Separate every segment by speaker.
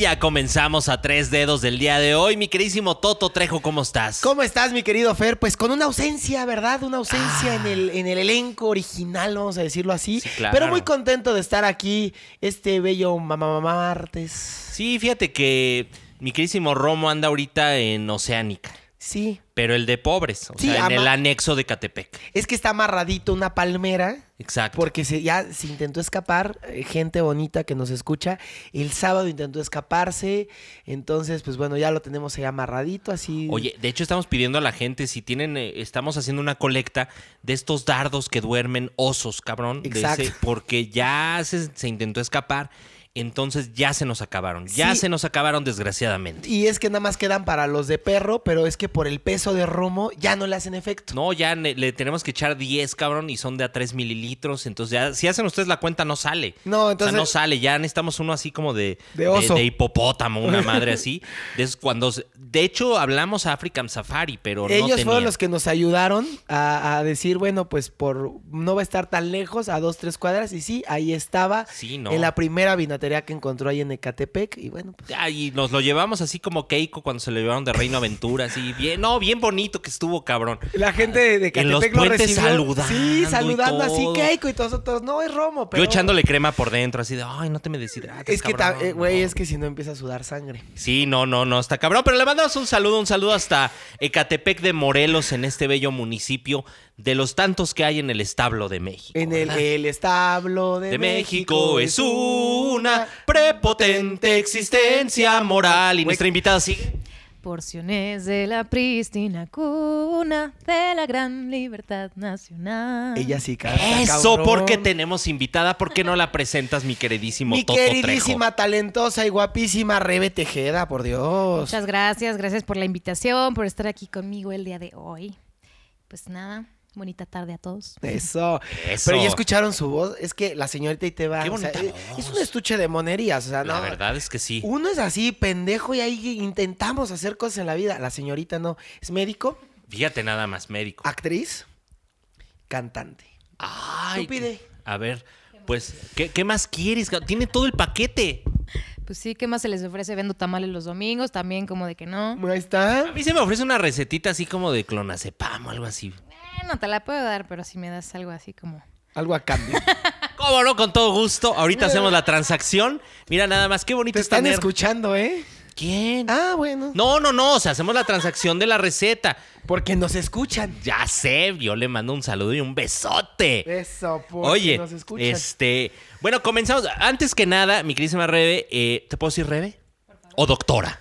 Speaker 1: ya comenzamos a tres dedos del día de hoy. Mi queridísimo Toto Trejo, ¿cómo estás?
Speaker 2: ¿Cómo estás, mi querido Fer? Pues con una ausencia, ¿verdad? Una ausencia en, el, en el elenco original, vamos a decirlo así.
Speaker 1: Ah. Sí, claro.
Speaker 2: Pero muy contento de estar aquí este bello mamá mamá martes.
Speaker 1: Sí, fíjate que mi queridísimo Romo anda ahorita en Oceánica,
Speaker 2: Sí,
Speaker 1: pero el de pobres, o
Speaker 2: Sí,
Speaker 1: sea, en
Speaker 2: ama-
Speaker 1: el anexo de Catepec.
Speaker 2: es que está amarradito una palmera.
Speaker 1: Exacto.
Speaker 2: Porque se, ya se intentó escapar, eh, gente bonita que nos escucha. El sábado intentó escaparse. Entonces, pues bueno, ya lo tenemos ahí amarradito, así.
Speaker 1: Oye, de hecho estamos pidiendo a la gente si tienen, eh, estamos haciendo una colecta de estos dardos que duermen osos, cabrón. de
Speaker 2: Exacto.
Speaker 1: porque ya se, se intentó escapar, entonces ya se nos acabaron. Ya
Speaker 2: Sí.
Speaker 1: se nos acabaron desgraciadamente.
Speaker 2: Y es que nada más quedan para los de perro, pero es que por el peso de Romo ya no le hacen efecto.
Speaker 1: No, ya ne- le tenemos que echar 10, cabrón, y son de a 3 mililitros. Entonces, ya, si hacen ustedes la cuenta, no sale.
Speaker 2: No,
Speaker 1: O sea,
Speaker 2: entonces-
Speaker 1: no sale. Ya necesitamos uno así como de...
Speaker 2: De oso.
Speaker 1: De, hipopótamo, una madre así. De esos cuando... se- De hecho, hablamos a African Safari, pero no
Speaker 2: Ellos fueron
Speaker 1: tenían.
Speaker 2: los que nos ayudaron a, a decir, bueno, pues por no va a estar tan lejos, a dos, tres cuadras. Y sí, ahí estaba
Speaker 1: Sí, no.
Speaker 2: en la primera vinatería que encontró ahí en Ecatepec. Y bueno, pues,
Speaker 1: Ah, y nos lo llevamos así como Keiko cuando se lo llevaron de Reino Aventura, así bien, no, bien bonito que estuvo, cabrón.
Speaker 2: la gente de
Speaker 1: Ah, En los
Speaker 2: Ecatepec lo
Speaker 1: puentes
Speaker 2: recibió.
Speaker 1: saludando y
Speaker 2: Sí, saludando así,
Speaker 1: todo.
Speaker 2: Keiko y todos otros. No, es Romo, pero...
Speaker 1: Yo echándole crema por dentro, así de, ay, no te me deshidrates.
Speaker 2: Es que, ta-
Speaker 1: cabrón,
Speaker 2: eh, güey,
Speaker 1: no".
Speaker 2: es que si no empieza a sudar sangre.
Speaker 1: Sí, no, no, no, está cabrón. Pero le mandamos un saludo, un saludo hasta Ecatepec de Morelos, en este bello municipio, de los tantos que hay en el establo de México.
Speaker 2: En el,
Speaker 1: ¿verdad?
Speaker 2: el establo de,
Speaker 1: de México es una prepotente existencia moral. Y
Speaker 2: Güey.
Speaker 1: nuestra invitada sigue.
Speaker 3: Porciones de la prístina cuna de la gran libertad nacional.
Speaker 2: Ella sí canta,
Speaker 1: Eso
Speaker 2: cabrón.
Speaker 1: porque tenemos invitada, ¿por qué no la presentas, mi queridísimo
Speaker 2: Mi
Speaker 1: Toto
Speaker 2: queridísima, talentosa y guapísima Rebe Tejeda, por Dios.
Speaker 3: Muchas gracias, gracias por la invitación, por estar aquí conmigo el día de hoy. Pues nada, bonita tarde a todos.
Speaker 2: Eso.
Speaker 1: Eso.
Speaker 2: Pero ya escucharon su voz. Es que la señorita Iteba.
Speaker 1: Qué
Speaker 2: o sea,
Speaker 1: bonita
Speaker 2: eh,
Speaker 1: voz.
Speaker 2: Es un estuche de monerías. O sea,
Speaker 1: Trejo? La
Speaker 2: no.
Speaker 1: verdad es que sí.
Speaker 2: Uno es así, pendejo, y ahí intentamos hacer cosas en la vida. La señorita no. Es médico,
Speaker 1: Fíjate nada más, médico.
Speaker 2: actriz, cantante.
Speaker 1: Ay,
Speaker 2: Tú pide.
Speaker 1: A ver, pues, ¿qué, qué más quieres? ga- Tiene todo el paquete.
Speaker 3: Pues sí, ¿qué más se les ofrece? Vendo tamales los domingos, también como de que no.
Speaker 2: Ahí
Speaker 1: A
Speaker 2: está.
Speaker 1: mí se me ofrece una recetita así como de clonazepam o algo así.
Speaker 3: Bueno, te la puedo dar, pero si me das algo así como...
Speaker 2: Algo a cambio.
Speaker 1: ¿Cómo no? Con todo gusto. Ahorita hacemos la transacción. Mira nada más, qué bonito
Speaker 2: Te
Speaker 1: es
Speaker 2: están
Speaker 1: tener-
Speaker 2: escuchando, ¿eh?
Speaker 1: ¿Quién?
Speaker 2: Ah, bueno.
Speaker 1: No, no, no. O sea, hacemos la transacción de la receta.
Speaker 2: Porque nos escuchan.
Speaker 1: Ya sé, yo le mando un saludo y un besote.
Speaker 2: Eso, Eh, porque
Speaker 1: Oye,
Speaker 2: nos escuchan.
Speaker 1: este, bueno, comenzamos. Antes que nada, mi queridísima Rebe, eh, ¿te puedo decir Rebe? O doctora.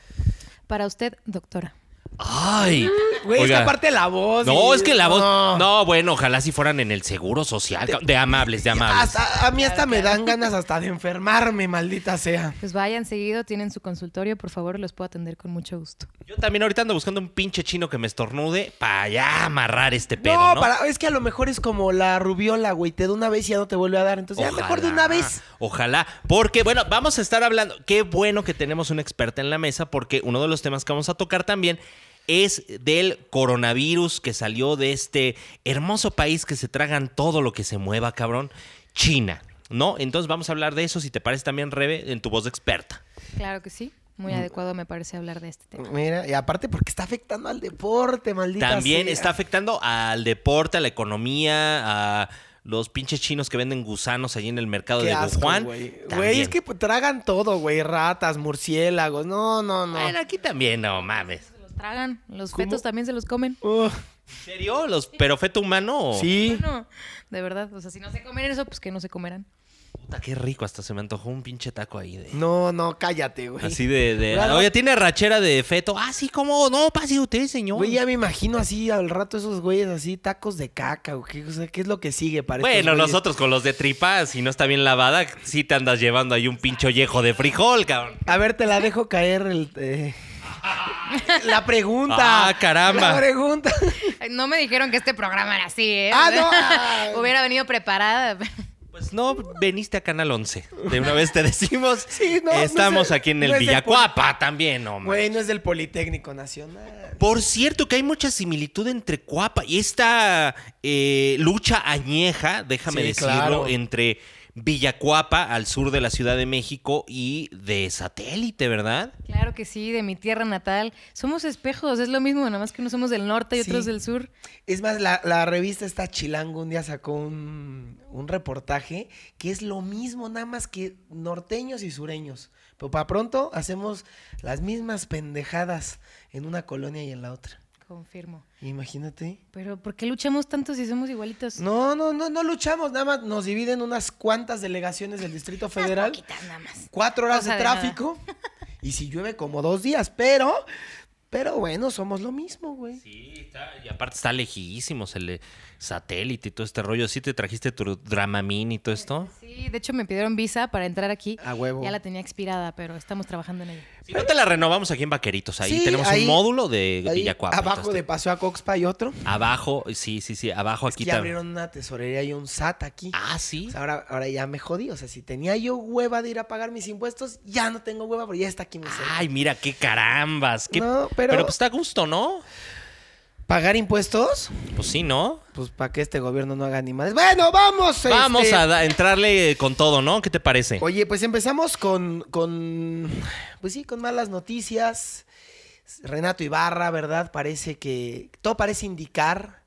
Speaker 3: Para usted, doctora.
Speaker 1: Ay,
Speaker 2: Mm, Güey, es que
Speaker 1: Oiga,
Speaker 2: aparte la voz.
Speaker 1: no,
Speaker 2: y-
Speaker 1: es que la voz.
Speaker 2: No.
Speaker 1: No. bueno, ojalá si fueran en el seguro social. ca- De amables, de amables.
Speaker 2: Hasta- a mí hasta me dan ganas hasta de enfermarme, maldita sea.
Speaker 3: Pues vayan seguido, tienen su consultorio, por favor, los puedo atender con mucho gusto.
Speaker 1: Yo también ahorita ando buscando un pinche chino que me estornude para ya amarrar este pedo. No,
Speaker 2: no, para- es que a lo mejor es como la rubiola, güey. Te da una vez y ya no te vuelve a dar. Entonces, pues, ya mejor de una vez.
Speaker 1: Ojalá. Porque, bueno, vamos a estar hablando. Qué bueno que tenemos una experta en la mesa, porque uno de los temas que vamos a tocar también es del coronavirus que salió de este hermoso país que se tragan todo lo que se mueva, cabrón. China. ¿No? Entonces vamos a hablar de eso, si te parece también, Rebe, en tu voz de experta.
Speaker 3: Claro que sí, muy adecuado me parece hablar de este tema.
Speaker 2: Mira, y aparte porque está afectando al deporte, maldita
Speaker 1: También
Speaker 2: sea.
Speaker 1: está afectando al deporte, a la economía, a los pinches chinos que venden gusanos allí en el mercado
Speaker 2: Qué
Speaker 1: de
Speaker 2: asco,
Speaker 1: Wuhan.
Speaker 2: güey. Güey,
Speaker 1: También.
Speaker 2: es que pues, tragan todo, güey. Ratas, murciélagos. No, no, no.
Speaker 1: Bueno, aquí también, no mames.
Speaker 3: Se los tragan, los
Speaker 2: ¿Cómo?
Speaker 3: fetos también se los comen.
Speaker 2: Uf,
Speaker 1: ¿En serio? ¿Los, ¿Pero feto humano? o-
Speaker 2: sí.
Speaker 3: No, de verdad, o sea, si no se comen eso, pues que no se comerán.
Speaker 1: Puta, qué rico, hasta se me antojó un pinche taco ahí de.
Speaker 2: No, no, cállate, güey.
Speaker 1: Así de. de-
Speaker 2: Claro.
Speaker 1: Oye, tiene rachera de feto. Ah, sí, ¿cómo? No, pase usted, señor.
Speaker 2: Güey, ya me imagino así al rato esos güeyes así, tacos de caca, o qué, o sea, ¿qué es lo que sigue para estos
Speaker 1: bueno,
Speaker 2: güeyes?
Speaker 1: nosotros con los de tripa, si no está bien lavada, sí te andas llevando ahí un pincho viejo de frijol, cabrón.
Speaker 2: A ver, te la dejo caer el... eh, La pregunta.
Speaker 1: Ah, caramba.
Speaker 2: La pregunta.
Speaker 3: Ay, No me dijeron que este programa era así, ¿eh?
Speaker 2: Ah, no, ah.
Speaker 3: Hubiera venido preparada.
Speaker 1: Pues no veniste a Canal 11. De una vez te decimos.
Speaker 2: Sí, no, no es
Speaker 1: Estamos
Speaker 2: el-
Speaker 1: aquí en
Speaker 2: no
Speaker 1: el
Speaker 2: es el
Speaker 1: Villacuapa también, no, man.
Speaker 2: Güey, no es del Politécnico Nacional.
Speaker 1: Por cierto, que hay mucha similitud entre Cuapa y esta eh, lucha añeja, déjame
Speaker 2: Sí,
Speaker 1: decirlo,
Speaker 2: claro.
Speaker 1: entre Villacuapa, al sur de la Ciudad de México y de satélite, ¿verdad?
Speaker 3: Claro que sí, de mi tierra natal. Somos espejos, es lo mismo, nada más que unos somos del norte y
Speaker 2: Sí.
Speaker 3: otros del sur.
Speaker 2: Es más, la, la revista está Chilango un día sacó un, un reportaje que es lo mismo, nada más que norteños y sureños. Pero para pronto hacemos las mismas pendejadas en una colonia y en la otra.
Speaker 3: Confirmo.
Speaker 2: Imagínate.
Speaker 3: Pero ¿por qué luchamos tanto si somos igualitos?
Speaker 2: No, no, no, no luchamos, nada más nos dividen unas cuantas delegaciones del Distrito Federal.
Speaker 3: Unas poquitas nada más.
Speaker 2: cuatro horas
Speaker 3: Cosa
Speaker 2: de
Speaker 3: de nada.
Speaker 2: tráfico y si llueve como dos días, pero, pero bueno, somos lo mismo, güey.
Speaker 1: Sí, y aparte está lejísimo, se le satélite y todo este rollo. ¿Sí te trajiste tu Dramamine y todo esto?
Speaker 3: Sí, de hecho me pidieron visa para entrar aquí.
Speaker 2: A huevo.
Speaker 3: Ya la tenía expirada, pero estamos trabajando en ello.
Speaker 1: Si no te la renovamos aquí en Vaqueritos, ahí
Speaker 2: Sí,
Speaker 1: tenemos
Speaker 2: ahí-
Speaker 1: un módulo de
Speaker 2: Ahí
Speaker 1: Villacuapa.
Speaker 2: abajo
Speaker 1: entonces,
Speaker 2: de Paseo a Coxpa y otro.
Speaker 1: Abajo, sí, sí, sí, abajo aquí
Speaker 2: que ya
Speaker 1: también.
Speaker 2: abrieron una tesorería y un SAT aquí.
Speaker 1: Ah, sí.
Speaker 2: O sea, ahora, ahora ya me jodí. O sea, si tenía yo hueva de ir a pagar mis impuestos, ya no tengo hueva, porque ya está aquí mi SAT.
Speaker 1: Ay, mira, qué carambas. Ah, qué-
Speaker 2: No, pero-
Speaker 1: pero... pues está a gusto, ¿no?
Speaker 2: ¿Pagar impuestos?
Speaker 1: Pues sí, ¿no?
Speaker 2: Pues para que este gobierno no haga ni madres. Bueno, vamos. este,
Speaker 1: Vamos a da- entrarle con todo, ¿no? ¿Qué te parece?
Speaker 2: Oye, pues empezamos con, con, pues sí, con malas noticias. Renato Ibarra, ¿verdad? Parece que, todo parece indicar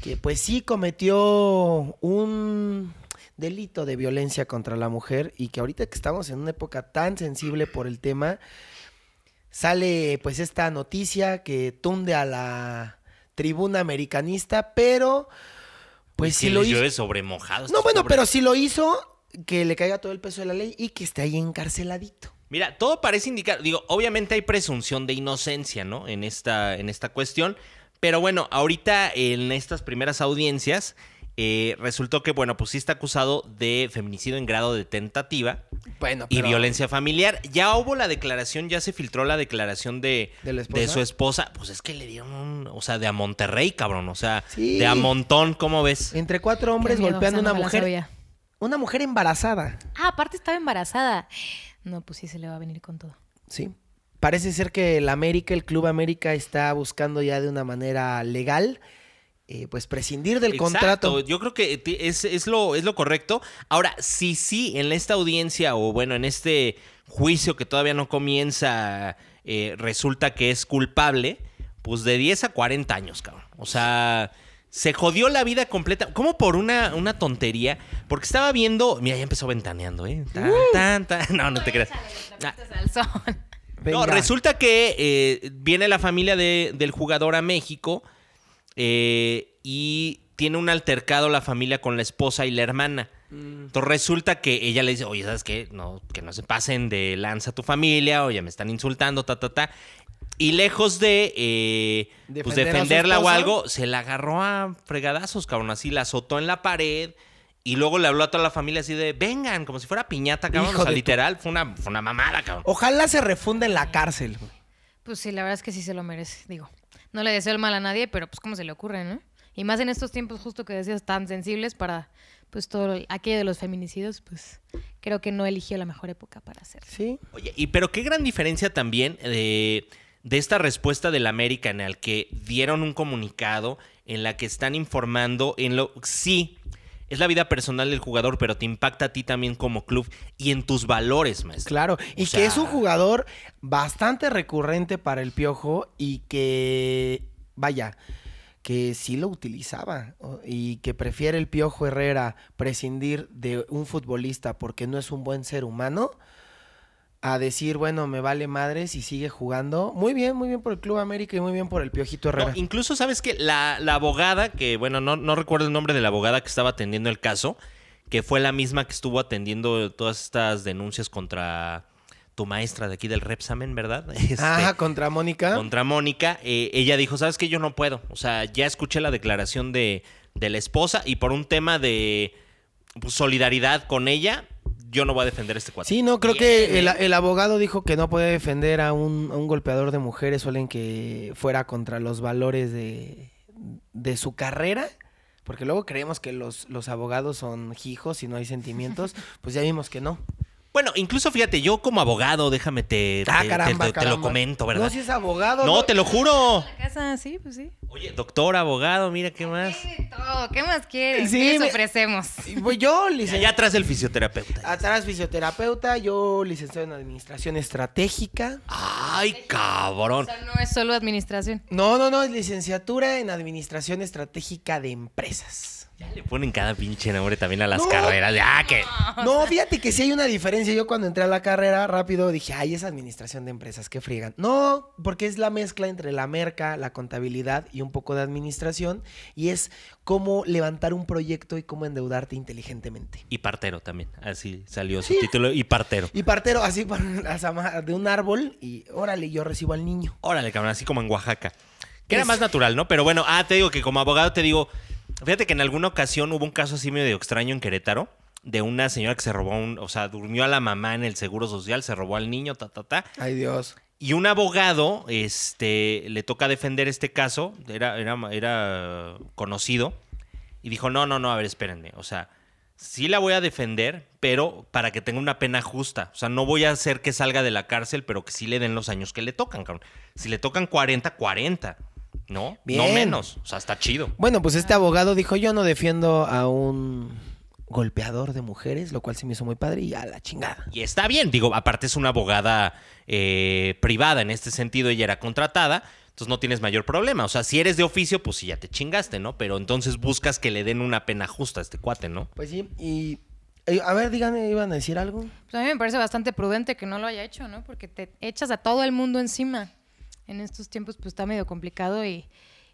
Speaker 2: que pues sí cometió un delito de violencia contra la mujer y que ahorita que estamos en una época tan sensible por el tema, sale pues esta noticia que tunde a la tribuna americanista, pero pues sí
Speaker 1: ¿Qué
Speaker 2: lo
Speaker 1: les
Speaker 2: hizo.
Speaker 1: llueve sobre mojado.
Speaker 2: No,
Speaker 1: estos
Speaker 2: bueno,
Speaker 1: pobres?
Speaker 2: pero si lo hizo, que le caiga todo el peso de la ley y que esté ahí encarceladito.
Speaker 1: Mira, todo parece indicar, digo, obviamente hay presunción de inocencia, ¿no? En esta, en esta cuestión, pero bueno, ahorita en estas primeras audiencias eh, resultó que, bueno, pues sí está acusado de feminicidio en grado de tentativa
Speaker 2: Bueno,
Speaker 1: y violencia familiar. Ya hubo la declaración, ya se filtró la declaración de,
Speaker 2: ¿De la esposa?
Speaker 1: su esposa. Pues es que le dieron, un- o sea, de a Monterrey, cabrón, o sea,
Speaker 2: Sí.
Speaker 1: de a montón, ¿cómo ves?
Speaker 2: Entre cuatro hombres
Speaker 3: Qué miedo,
Speaker 2: golpeando
Speaker 3: o sea,
Speaker 2: a una
Speaker 3: no me la
Speaker 2: mujer.
Speaker 3: sabía.
Speaker 2: Una mujer embarazada.
Speaker 3: Ah, aparte estaba embarazada. No, pues sí, se le va a venir con todo.
Speaker 2: Sí. Parece ser que el América, el Club América, está buscando ya de una manera legal, eh, pues prescindir del
Speaker 1: Exacto,
Speaker 2: contrato.
Speaker 1: Yo creo que ti- es, es lo, es lo correcto. Ahora, si sí, en esta audiencia o bueno, en este juicio que todavía no comienza, eh, resulta que es culpable, pues de 10 a 40 años, cabrón. O sea, se jodió la vida completa. ¿Cómo por una, una tontería? Porque estaba viendo. Mira, ya empezó ventaneando, ¿eh? Tan, tan, tan. No, no te creas. Ah,
Speaker 3: Al sol.
Speaker 1: no,
Speaker 2: Venga.
Speaker 1: resulta que eh, viene la familia de- del jugador a México eh, y tiene un altercado la familia con la esposa y la hermana.
Speaker 2: Mm.
Speaker 1: Entonces resulta que ella le dice, oye, ¿sabes qué? No, que no se pasen de lanza a tu familia, oye, me están insultando, ta, ta, ta. Y lejos de eh, pues,
Speaker 2: Defender a su
Speaker 1: defenderla o
Speaker 2: esposa.
Speaker 1: algo, se la agarró a fregadazos, cabrón, así, la azotó en la pared. Y luego le habló a toda la familia así de, vengan, como si fuera piñata, cabrón.
Speaker 2: Hijo
Speaker 1: o sea,
Speaker 2: de tu-
Speaker 1: literal, fue una, fue una mamada, cabrón.
Speaker 2: Ojalá se refunda en la cárcel. güey.
Speaker 3: Pues sí, la verdad es que sí se lo merece, digo. No le deseo el mal a nadie, pero pues cómo se le ocurre, ¿no? Y más en estos tiempos justo que decías tan sensibles para pues todo el- aquello de los feminicidios, pues creo que no eligió la mejor época para hacerlo.
Speaker 2: Sí.
Speaker 1: Oye, y pero qué gran diferencia también de, de esta respuesta del América en el que dieron un comunicado en la que están informando en lo sí. Es la vida personal del jugador, pero te impacta a ti también como club y en tus valores, maestro.
Speaker 2: Claro, y
Speaker 1: O
Speaker 2: que
Speaker 1: sea-
Speaker 2: es un jugador bastante recurrente para el Piojo y que, vaya, que sí lo utilizaba o- y que prefiere el Piojo Herrera prescindir de un futbolista porque no es un buen ser humano a decir, bueno, me vale madres y sigue jugando. Muy bien, muy bien por el Club América y muy bien por el Piojito Herrera.
Speaker 1: No, incluso sabes que la, la abogada, que bueno, no, no recuerdo el nombre de la abogada que estaba atendiendo el caso, que fue la misma que estuvo atendiendo todas estas denuncias contra tu maestra de aquí del Repsamen, ¿verdad? Este,
Speaker 2: Ajá, Ah, contra Mónica.
Speaker 1: contra Mónica, eh, ella dijo, ¿sabes qué? Yo no puedo. O sea, ya escuché la declaración de, de la esposa y por un tema de pues, solidaridad con ella, yo no voy a defender a este cuate.
Speaker 2: Sí, no, creo
Speaker 1: Bien,
Speaker 2: que el,
Speaker 1: ¿eh?
Speaker 2: el abogado dijo que no puede defender a un, a un golpeador de mujeres, solo en que fuera contra los valores de, de su carrera, porque luego creemos que los, los abogados son hijos y no hay sentimientos, pues ya vimos que no.
Speaker 1: Bueno, incluso fíjate, yo como abogado, déjame te,
Speaker 2: Ah,
Speaker 1: te- te-
Speaker 2: caramba,
Speaker 1: te- te lo
Speaker 2: caramba.
Speaker 1: comento, ¿verdad?
Speaker 2: No, si es abogado.
Speaker 1: No, te lo juro.
Speaker 3: La casa, sí, pues sí.
Speaker 1: Oye, doctor, abogado, mira qué más.
Speaker 3: Hay de todo. ¿Qué más quieres?
Speaker 2: Sí,
Speaker 3: ¿Qué les
Speaker 2: me-
Speaker 3: ofrecemos?
Speaker 2: Pues yo,
Speaker 1: Allá
Speaker 2: licenciado.
Speaker 1: atrás el fisioterapeuta.
Speaker 2: Atrás fisioterapeuta, yo licenciado en administración estratégica.
Speaker 1: Ay, cabrón.
Speaker 3: O sea, no es solo administración.
Speaker 2: No, no, no, es licenciatura en administración estratégica de empresas.
Speaker 1: Ya le ponen cada pinche nombre también a las
Speaker 2: No.
Speaker 1: carreras. Ya que.
Speaker 2: No, fíjate que sí hay una diferencia. Yo cuando entré a la carrera rápido dije, ay, es administración de empresas, qué friegan. No, porque es la mezcla entre la merca, la contabilidad y un poco de administración. Y es cómo levantar un proyecto y cómo endeudarte inteligentemente.
Speaker 1: Y partero también. Así salió su título. Y partero.
Speaker 2: Y partero así por- hasta ma- de un árbol y órale, yo recibo al niño.
Speaker 1: Órale, cabrón, así como en Oaxaca. Que era
Speaker 2: Es-
Speaker 1: más natural, ¿no? Pero bueno, ah, te digo que como abogado te digo, fíjate que en alguna ocasión hubo un caso así medio extraño en Querétaro de una señora que se robó un, o sea, durmió a la mamá en el seguro social, se robó al niño, ta, ta, ta.
Speaker 2: Ay, Dios.
Speaker 1: Y un abogado, este, le toca defender este caso, era, era, era conocido, y dijo, no, no, no, a ver, espérenme, o sea, sí la voy a defender, pero para que tenga una pena justa, o sea, no voy a hacer que salga de la cárcel, pero que sí le den los años que le tocan, cabrón. Si le tocan 40, 40, ¿no? No
Speaker 2: Bien.
Speaker 1: menos, o sea, está chido.
Speaker 2: Bueno, pues este abogado dijo, yo no defiendo a un golpeador de mujeres, lo cual se me hizo muy padre y a la chingada.
Speaker 1: Y está bien, digo, aparte es una abogada eh, privada, en este sentido ella era contratada, entonces no tienes mayor problema. O sea, si eres de oficio, pues sí, ya te chingaste, ¿no? Pero entonces buscas que le den una pena justa a este cuate, ¿no?
Speaker 2: Pues sí, y... eh, A ver, díganme, ¿iban a decir algo?
Speaker 3: Pues a mí me parece bastante prudente que no lo haya hecho, ¿no? Porque te echas a todo el mundo encima. En estos tiempos, pues está medio complicado y,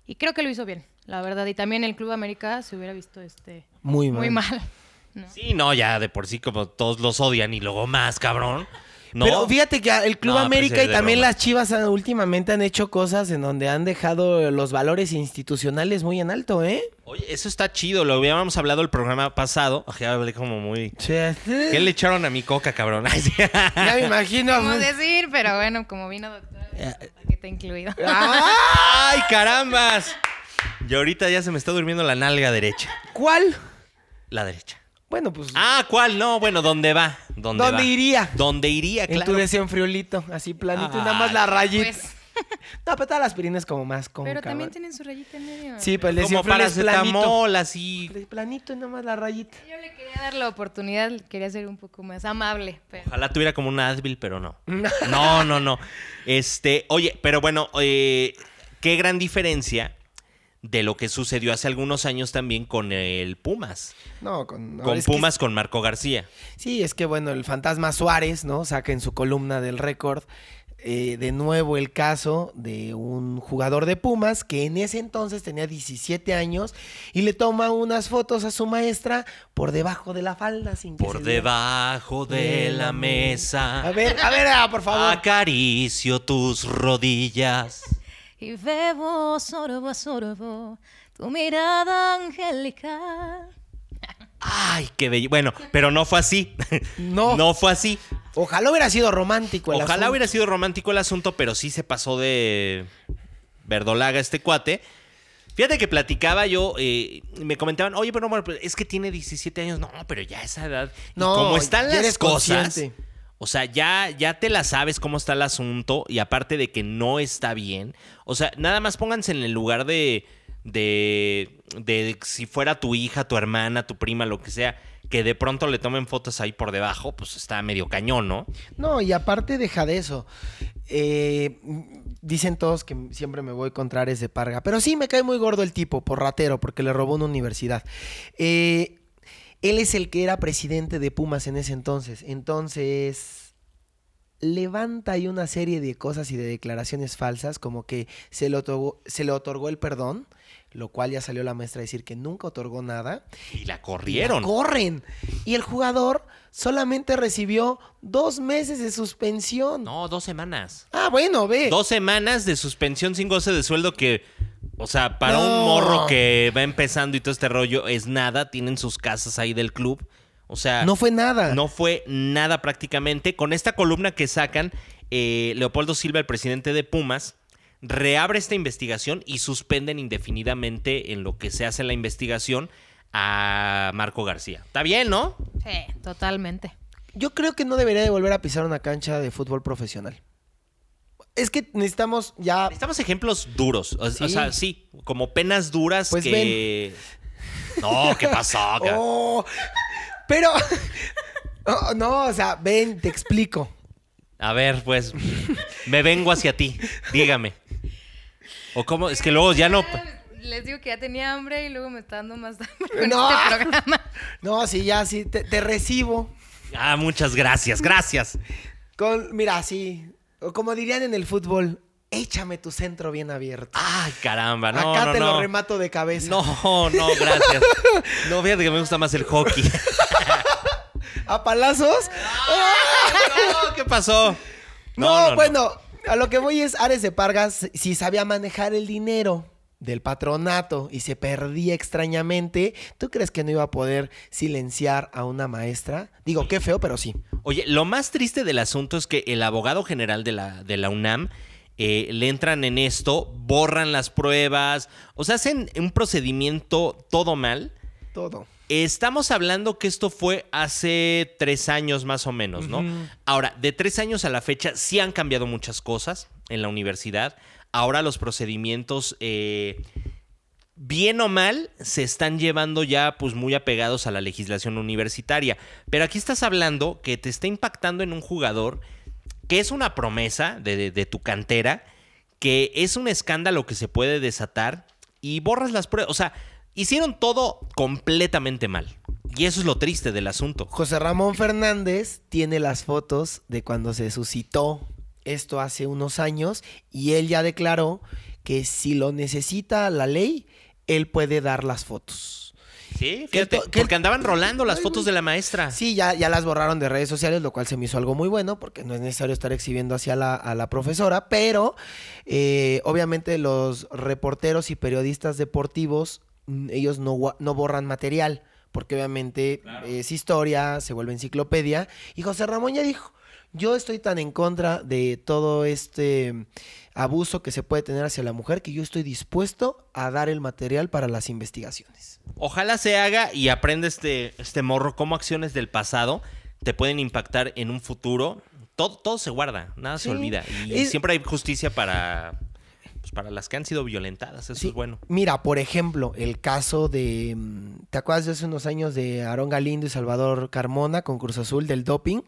Speaker 3: y creo que lo hizo bien, la verdad. Y también el Club América se hubiera visto este
Speaker 2: Muy mal.
Speaker 3: muy mal. ¿no?
Speaker 1: Sí, no, ya de por sí como todos los odian y luego más, cabrón. No,
Speaker 2: Pero fíjate que el Club
Speaker 1: No, pero sí
Speaker 2: América
Speaker 1: es
Speaker 2: y
Speaker 1: de
Speaker 2: también
Speaker 1: broma.
Speaker 2: las Chivas han- últimamente han hecho cosas en donde han dejado los valores institucionales muy en alto, ¿eh?
Speaker 1: Oye, eso está chido, lo habíamos hablado el programa pasado, ya hablé como muy... ¿Qué le echaron a mi coca, cabrón? Ay, sí.
Speaker 2: Ya me imagino.
Speaker 3: ¿Cómo decir? Pero bueno, como vino doctora,
Speaker 2: Eh,
Speaker 3: que te incluido.
Speaker 2: Ah,
Speaker 1: ¡Ay, carambas! Y ahorita ya se me está durmiendo la nalga derecha.
Speaker 2: ¿Cuál?
Speaker 1: La derecha.
Speaker 2: Bueno, pues.
Speaker 1: Ah, ¿cuál? No, bueno, ¿dónde va? ¿Dónde,
Speaker 2: ¿Dónde
Speaker 1: va?
Speaker 2: iría?
Speaker 1: ¿Dónde iría?
Speaker 2: en
Speaker 1: Claro.
Speaker 2: tu desenfriolito, así planito, y nada
Speaker 1: Ah,
Speaker 2: más la rayita.
Speaker 3: Pues,
Speaker 2: No, pero todas las pirinas como más como
Speaker 3: pero también tienen su rayita en medio.
Speaker 2: Sí, pero el
Speaker 1: Como
Speaker 2: desenfriol es planito.
Speaker 1: paracetamol, así.
Speaker 2: El Planito y nada más la rayita.
Speaker 3: Yo le quería dar la oportunidad, quería ser un poco más amable. Pero...
Speaker 1: Ojalá tuviera como un Advil, pero no. No, no, no. Este, oye, pero bueno, eh, qué gran diferencia de lo que sucedió hace algunos años también con el Pumas.
Speaker 2: No, con,
Speaker 1: con
Speaker 2: es que-
Speaker 1: Pumas, con Marco García.
Speaker 2: Sí, es que bueno, el fantasma Suárez, ¿no? Saca en su columna del récord eh, de nuevo el caso de un jugador de Pumas que en ese entonces tenía 17 años y le toma unas fotos a su maestra por debajo de la falda sin que
Speaker 1: Por
Speaker 2: se viera.
Speaker 1: debajo de la
Speaker 2: A
Speaker 1: mesa,
Speaker 2: ver, a ver, ah, por favor.
Speaker 1: acaricio tus rodillas.
Speaker 3: Y bebo sorbo a sorbo tu mirada angelical.
Speaker 1: Ay, qué bello. Bueno, pero no fue así.
Speaker 2: No.
Speaker 1: No fue así.
Speaker 2: Ojalá hubiera sido romántico el
Speaker 1: Ojalá
Speaker 2: asunto.
Speaker 1: hubiera sido romántico el asunto, pero sí se pasó de verdolaga este cuate. Fíjate que platicaba yo, eh, me comentaban, oye, pero bueno, pero es que tiene 17 años. No, pero ya a esa edad. y
Speaker 2: No,
Speaker 1: como están
Speaker 2: ya
Speaker 1: las
Speaker 2: eres
Speaker 1: cosas.
Speaker 2: consciente.
Speaker 1: O sea, ya, ya te la sabes cómo está el asunto. Y aparte de que no está bien. O sea, nada más pónganse en el lugar de. de. de si fuera tu hija, tu hermana, tu prima, lo que sea. Que de pronto le tomen fotos ahí por debajo, pues está medio cañón, ¿no?
Speaker 2: No, y aparte deja de eso. Eh, m- dicen todos que m- siempre me voy contra Ares de Parga. Pero sí, me cae muy gordo el tipo, por ratero, porque le robó una universidad. Eh, él es el que era presidente de Pumas en ese entonces. Entonces, levanta ahí una serie de cosas y de declaraciones falsas, como que se le otorgó, se le otorgó el perdón, lo cual ya salió la maestra a decir que nunca otorgó nada.
Speaker 1: Y la
Speaker 2: Y
Speaker 1: corrieron.
Speaker 2: la corren. Y el jugador solamente recibió dos meses de suspensión.
Speaker 1: No, dos semanas.
Speaker 2: Ah, bueno, ve.
Speaker 1: Dos semanas de suspensión sin goce de sueldo que, o sea, para un
Speaker 2: No.
Speaker 1: morro que va empezando y todo este rollo es nada. Tienen sus casas ahí del club. O sea,
Speaker 2: No fue nada.
Speaker 1: no fue nada prácticamente. Con esta columna que sacan, eh, Leopoldo Silva, el presidente de Pumas, reabre esta investigación y suspenden indefinidamente en lo que se hace la investigación a Marco García. Está bien, ¿no?
Speaker 3: Sí, totalmente.
Speaker 2: yo creo que no debería de volver a pisar una cancha de fútbol profesional. Es que necesitamos ya...
Speaker 1: Necesitamos ejemplos duros. O, o
Speaker 2: Sí.
Speaker 1: sea, sí, como penas duras
Speaker 2: Pues
Speaker 1: que. No, ¿qué pasó? ca-
Speaker 2: Oh, pero... Oh, no, o sea, ven, te explico.
Speaker 1: A ver, pues. Me vengo hacia ti. Dígame. O cómo. Es que luego ya no.
Speaker 3: Les digo que ya tenía hambre y luego me está dando más hambre con
Speaker 2: No.
Speaker 3: este programa.
Speaker 2: No, sí, ya, sí, te, te recibo.
Speaker 1: Ah, muchas gracias, gracias.
Speaker 2: Con, mira, sí, o como dirían en el fútbol, échame tu centro bien abierto.
Speaker 1: Ay, caramba, Ah, no.
Speaker 2: Acá
Speaker 1: no,
Speaker 2: te
Speaker 1: no.
Speaker 2: lo remato de cabeza.
Speaker 1: No, no, gracias. No, fíjate que me gusta más el hockey.
Speaker 2: ¿A palazos?
Speaker 1: No, ¿qué pasó?
Speaker 2: No, bueno, a lo que voy es Ares de Pargas, si sabía manejar el dinero del patronato y se perdía extrañamente, ¿tú crees que no iba a poder silenciar a una maestra? Digo, qué feo, pero sí.
Speaker 1: Oye, lo más triste del asunto es que el abogado general de la, de la UNAM eh, le entran en esto, borran las pruebas, o sea, hacen un procedimiento todo mal.
Speaker 2: Todo.
Speaker 1: Estamos hablando que esto fue hace tres años más o menos, ¿no? Ahora, de tres años a la fecha sí han cambiado muchas cosas en la universidad. Ahora los procedimientos, eh, bien o mal, se están llevando ya pues muy apegados a la legislación universitaria. Pero aquí estás hablando que te está impactando en un jugador que es una promesa de, de- de tu cantera, que es un escándalo que se puede desatar y borras las pruebas. O sea, hicieron todo completamente mal. Y eso es lo triste del asunto.
Speaker 2: José Ramón Fernández tiene las fotos de cuando se suscitó esto hace unos años y él ya declaró que si lo necesita la ley, él puede dar las fotos.
Speaker 1: Sí,
Speaker 2: Que
Speaker 1: fíjate,
Speaker 2: to- que-
Speaker 1: porque andaban rolando las fotos de la maestra.
Speaker 2: Sí, ya, ya las borraron de redes sociales, lo cual se me hizo algo muy bueno, porque no es necesario estar exhibiendo hacia la, a la profesora, pero eh, obviamente los reporteros y periodistas deportivos, mm, ellos no, gua- no borran material, porque obviamente es historia, se vuelve enciclopedia, y José Ramón ya dijo, yo estoy tan en contra de todo este abuso que se puede tener hacia la mujer que yo estoy dispuesto a dar el material para las investigaciones.
Speaker 1: Ojalá se haga y aprenda este, este morro cómo acciones del pasado te pueden impactar en un futuro. Todo, todo se guarda, nada
Speaker 2: Sí.
Speaker 1: se olvida. Y
Speaker 2: Es-
Speaker 1: siempre hay justicia para, pues, para las que han sido violentadas. Eso
Speaker 2: Sí.
Speaker 1: es bueno.
Speaker 2: Mira, por ejemplo, el caso de. mm, ¿Te acuerdas de hace unos años de Aarón Galindo y Salvador Carmona con Cruz Azul del doping?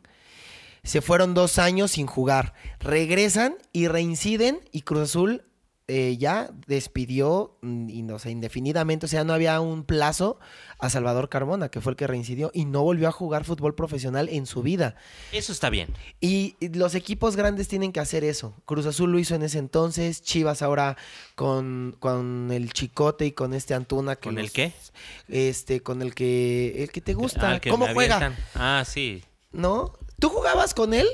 Speaker 2: Se fueron dos años sin jugar. Regresan y reinciden y Cruz Azul eh, ya despidió mm, y no sé, indefinidamente. O sea, no había un plazo a Salvador Carmona, que fue el que reincidió y no volvió a jugar fútbol profesional en su vida.
Speaker 1: Eso está bien.
Speaker 2: Y los equipos grandes tienen que hacer eso. Cruz Azul lo hizo en ese entonces, Chivas ahora con, con el Chicote y con este Antuna. Que
Speaker 1: ¿Con el
Speaker 2: los-
Speaker 1: qué?
Speaker 2: Este, con el que, el que te gusta.
Speaker 1: Ah, que
Speaker 2: ¿Cómo
Speaker 1: me
Speaker 2: juega?
Speaker 1: avientan. Ah, sí.
Speaker 2: ¿No? ¿Tú jugabas con él?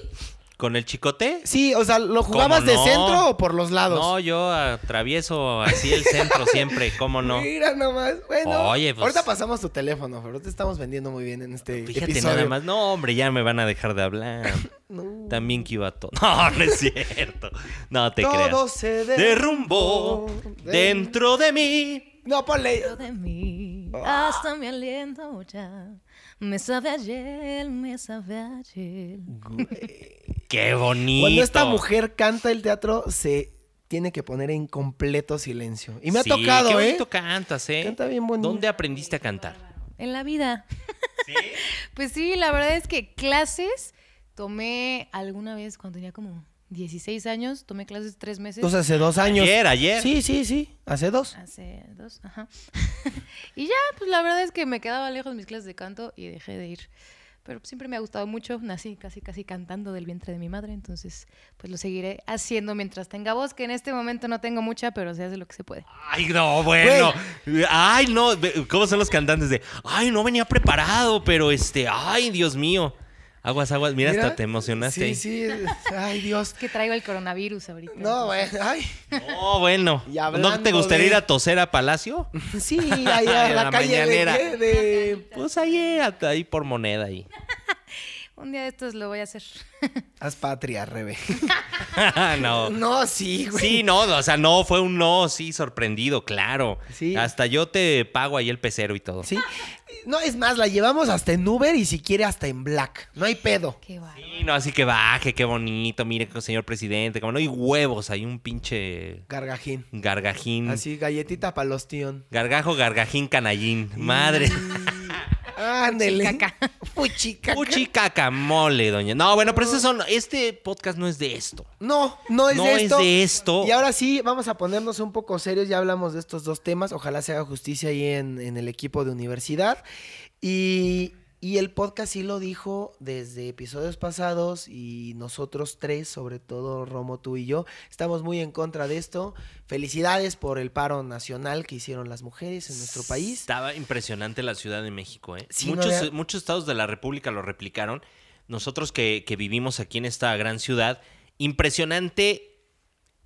Speaker 1: ¿Con el chicote?
Speaker 2: Sí, o sea, ¿lo jugabas de
Speaker 1: no?
Speaker 2: centro o por los lados?
Speaker 1: No, yo atravieso así el centro siempre, ¿cómo no?
Speaker 2: Mira nomás. Bueno,
Speaker 1: Oye, pues-
Speaker 2: ahorita pasamos tu teléfono, pero te estamos vendiendo muy bien en este
Speaker 1: Fíjate
Speaker 2: episodio.
Speaker 1: nada más. No, hombre, ya me van a dejar de hablar.
Speaker 2: No.
Speaker 1: También que iba todo. No, no es cierto. No te
Speaker 2: Todo
Speaker 1: creas.
Speaker 2: se
Speaker 1: Derrumbó dentro de mí.
Speaker 2: No, ponle.
Speaker 3: de mí, hasta mi aliento ya. Me sabe ayer, me sabe ayer.
Speaker 1: Qué bonito.
Speaker 2: Cuando esta mujer canta el teatro, se tiene que poner en completo silencio. Y me ha
Speaker 1: Sí,
Speaker 2: tocado,
Speaker 1: qué
Speaker 2: ¿eh?
Speaker 1: bonito cantas, ¿eh?
Speaker 2: Canta bien bonito.
Speaker 1: ¿Dónde aprendiste a cantar?
Speaker 3: En la vida. pues sí, la verdad es que clases tomé alguna vez cuando tenía como 16 años, tomé clases tres meses.
Speaker 2: Entonces, hace dos años.
Speaker 1: Ayer, ayer.
Speaker 2: Sí, sí, sí. Hace dos.
Speaker 3: Hace dos, ajá. y ya, pues la verdad es que me quedaba lejos mis clases de canto y dejé de ir. Pero pues, siempre me ha gustado mucho, nací casi casi cantando del vientre de mi madre, entonces pues lo seguiré haciendo mientras tenga voz, que en este momento no tengo mucha, pero se hace lo que se puede.
Speaker 1: Ay, no, bueno. Ay, no. ve- ¿Cómo son los cantantes de. Ay, no venía preparado, pero este. Ay, Dios mío. Aguas, aguas. Mira, hasta te emocionaste.
Speaker 2: Sí, sí. Ay, Dios.
Speaker 3: Es que traigo el coronavirus ahorita.
Speaker 2: No,
Speaker 3: entonces-
Speaker 2: bueno. Ay.
Speaker 1: No, bueno.
Speaker 2: Y
Speaker 1: ¿No
Speaker 2: hablando
Speaker 1: te gustaría
Speaker 2: de-
Speaker 1: ir a toser a Palacio?
Speaker 2: Sí, ahí a
Speaker 1: De
Speaker 2: la,
Speaker 1: la
Speaker 2: calle de,
Speaker 1: mañanera.
Speaker 2: qué? de...
Speaker 1: Pues ahí, hasta ahí por moneda ahí.
Speaker 3: Un día de estos lo voy a hacer.
Speaker 2: Haz patria, Rebe.
Speaker 1: no.
Speaker 2: No, sí, güey.
Speaker 1: Sí, no, o sea, no, fue un no, sí, sorprendido, claro.
Speaker 2: Sí.
Speaker 1: Hasta yo te pago ahí el pecero y todo.
Speaker 2: Sí. No, es más, la llevamos hasta en Uber y si quiere hasta en Black. No hay pedo.
Speaker 3: Qué bárbaro.
Speaker 1: Sí, no, así que baje, qué bonito, mire, señor presidente, como no hay huevos, hay un pinche
Speaker 2: Gargajín.
Speaker 1: gargajín.
Speaker 2: Así, galletita para los tíos.
Speaker 1: Gargajo, gargajín, canallín. Madre.
Speaker 2: Ándele.
Speaker 3: Fuchicaca.
Speaker 2: Fuchicaca.
Speaker 1: Puchi cacamole, doña. No, bueno, pero ese son, este podcast no es de esto.
Speaker 2: No, no es
Speaker 1: No
Speaker 2: de
Speaker 1: es
Speaker 2: esto.
Speaker 1: de esto.
Speaker 2: Y ahora sí, vamos a ponernos un poco serios. Ya hablamos de estos dos temas. Ojalá se haga justicia ahí en, en el equipo de universidad. Y, y el podcast sí lo dijo desde episodios pasados y nosotros tres, sobre todo Romo, tú y yo, estamos muy en contra de esto. Felicidades por el paro nacional que hicieron las mujeres en nuestro país.
Speaker 1: Estaba impresionante la Ciudad de México, ¿eh?
Speaker 2: Sí, no
Speaker 1: muchos,
Speaker 2: había-
Speaker 1: muchos estados de la República lo replicaron. Nosotros que, que vivimos aquí en esta gran ciudad, impresionante.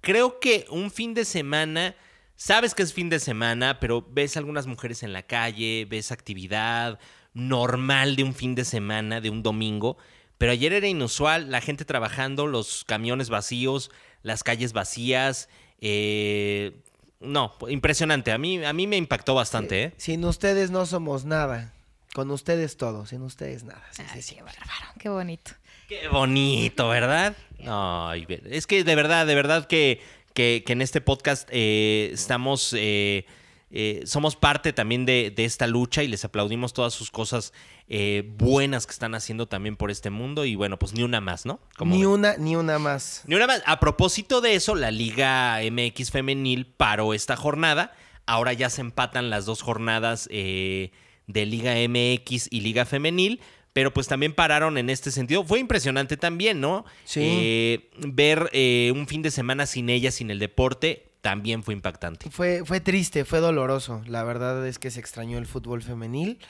Speaker 1: Creo que un fin de semana, sabes que es fin de semana, pero ves algunas mujeres en la calle, ves actividad normal de un fin de semana, de un domingo. Pero ayer era inusual, la gente trabajando, los camiones vacíos, las calles vacías. eh, no, impresionante. A mí, a mí me impactó bastante, ¿eh?
Speaker 2: Sin ustedes no somos nada. Con ustedes todo, sin ustedes nada. Sí, sí,
Speaker 3: Ay,
Speaker 2: sí.
Speaker 3: qué bárbaro. Qué bonito.
Speaker 1: Qué bonito, ¿verdad? Ay, ve- es que de verdad, de verdad que, que, que en este podcast eh, estamos, eh, eh, somos parte también de, de esta lucha y les aplaudimos todas sus cosas eh, buenas que están haciendo también por este mundo y bueno, pues ni una más, ¿no? Como
Speaker 2: Ni
Speaker 1: ven.
Speaker 2: una, ni una más.
Speaker 1: Ni una más. A propósito de eso, la Liga MX Femenil paró esta jornada. Ahora ya se empatan las dos jornadas eh, de Liga MX y Liga Femenil. Pero pues también pararon en este sentido. Fue impresionante también, ¿no?
Speaker 2: Sí.
Speaker 1: Eh, ver eh, un fin de semana sin ella, sin el deporte, también fue impactante.
Speaker 2: Fue, fue triste, fue doloroso. La verdad es que se extrañó el fútbol femenil.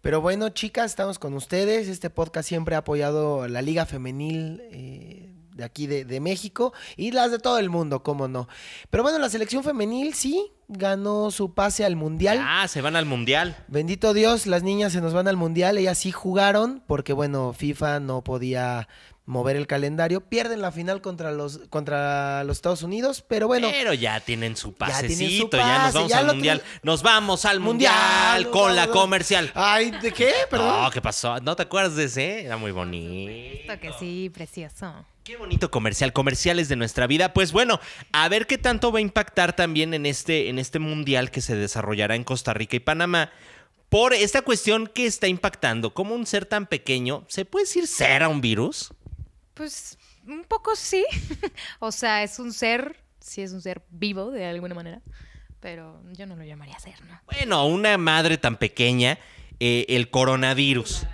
Speaker 2: Pero bueno, chicas, estamos con ustedes. Este podcast siempre ha apoyado a la Liga Femenil eh, de aquí de, de México y las de todo el mundo, cómo no. Pero bueno, la selección femenil sí ganó su pase al Mundial.
Speaker 1: Ah, se van al mundial.
Speaker 2: Bendito Dios, las niñas se nos van al mundial, ellas sí jugaron, porque bueno, FIFA no podía mover el calendario. Pierden la final contra los, contra los Estados Unidos, pero bueno,
Speaker 1: pero ya tienen su
Speaker 2: Ya
Speaker 1: pasecito,
Speaker 2: tienen
Speaker 1: ya,
Speaker 2: su
Speaker 1: nos vamos
Speaker 2: pase, ya
Speaker 1: al
Speaker 2: lo
Speaker 1: mundial.
Speaker 2: tienen-
Speaker 1: Nos vamos al mundial,
Speaker 2: mundial nos
Speaker 1: con la
Speaker 2: vamos.
Speaker 1: comercial.
Speaker 2: Ay, ¿de qué? Perdón.
Speaker 1: No, ¿qué pasó? ¿No te acuerdas de ese? ¿eh? Era muy bonito.
Speaker 3: Esto que sí, precioso.
Speaker 1: Qué bonito comercial, comerciales de nuestra vida. Pues bueno, a ver qué tanto va a impactar también en este, en este mundial que se desarrollará en Costa Rica y Panamá por esta cuestión que está impactando. ¿Cómo un ser tan pequeño, se puede decir ser a un virus?
Speaker 3: Pues un poco sí. o sea, es un ser, sí es un ser vivo de alguna manera, pero yo no lo llamaría ser, ¿no?
Speaker 1: Bueno, a una madre tan pequeña, eh, el coronavirus.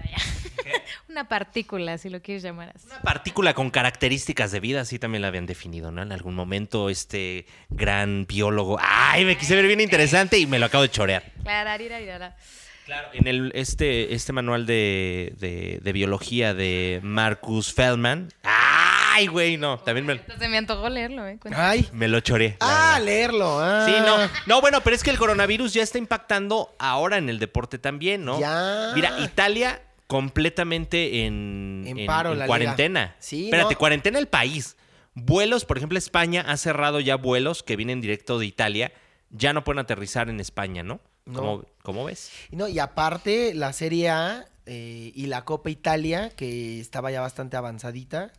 Speaker 3: Una partícula, si lo quieres llamar así.
Speaker 1: Una partícula con características de vida, así también la habían definido, ¿no? En algún momento este gran biólogo... ¡Ay, me quise ver bien interesante y me lo acabo de chorear!
Speaker 3: Clara, rira, rira, rira.
Speaker 1: Claro, en el, este, este manual de, de- de biología de Marcus Feldman. ¡Ay, güey! No, también me,
Speaker 3: Hasta Se me antojó leerlo, ¿eh? Cuenta.
Speaker 2: Ay.
Speaker 1: me lo choré. la
Speaker 2: Ah, leerlo.
Speaker 1: verdad.
Speaker 2: ah.
Speaker 1: Sí, no. No, bueno, pero es que el coronavirus ya está impactando ahora en el deporte también, ¿no?
Speaker 2: Ya.
Speaker 1: Mira, Italia completamente en,
Speaker 2: Ah. En paro la liga.
Speaker 1: cuarentena.
Speaker 2: Sí,
Speaker 1: Espérate,
Speaker 2: no.
Speaker 1: cuarentena el país. Vuelos, por ejemplo, España ha cerrado ya vuelos que vienen directo de Italia. Ya no pueden aterrizar en España, ¿no?
Speaker 2: No.
Speaker 1: ¿Cómo, cómo ves?
Speaker 2: Y no, y aparte, la Serie A eh, y la Copa Italia, que estaba ya bastante avanzadita.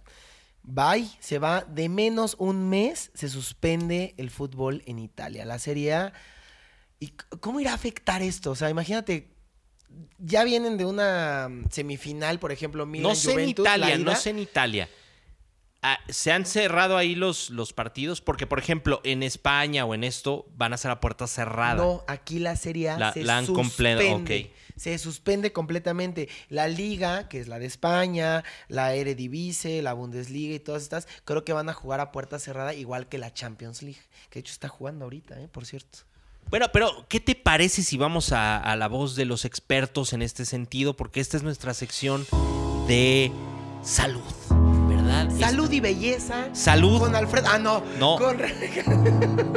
Speaker 2: Bye, se va de menos un mes, se suspende el fútbol en Italia. La Serie A. ¿Y c- cómo irá a afectar esto? O sea, imagínate, ya vienen de una mm, semifinal, por ejemplo, Milan
Speaker 1: no sé
Speaker 2: Juventus,
Speaker 1: en
Speaker 2: la
Speaker 1: Italia, no
Speaker 2: ida.
Speaker 1: sé en Italia. Ah, se han cerrado ahí los, los partidos porque, por ejemplo, en España o en esto van a ser a puerta cerrada.
Speaker 2: No, aquí la Serie A
Speaker 1: La-
Speaker 2: se
Speaker 1: la han comple-
Speaker 2: suspende.
Speaker 1: ok.
Speaker 2: Se suspende completamente. La Liga, que es la de España, la Eredivisie, la Bundesliga y todas estas, creo que van a jugar a puerta cerrada igual que la Champions League, que de hecho está jugando ahorita, ¿eh? por cierto.
Speaker 1: Bueno, pero ¿qué te parece si vamos a, a la voz de los expertos en este sentido? Porque esta es nuestra sección de salud, ¿verdad?
Speaker 2: Salud y belleza.
Speaker 1: Salud.
Speaker 2: Con Alfredo. Ah, no.
Speaker 1: No.
Speaker 2: Con Rebeca.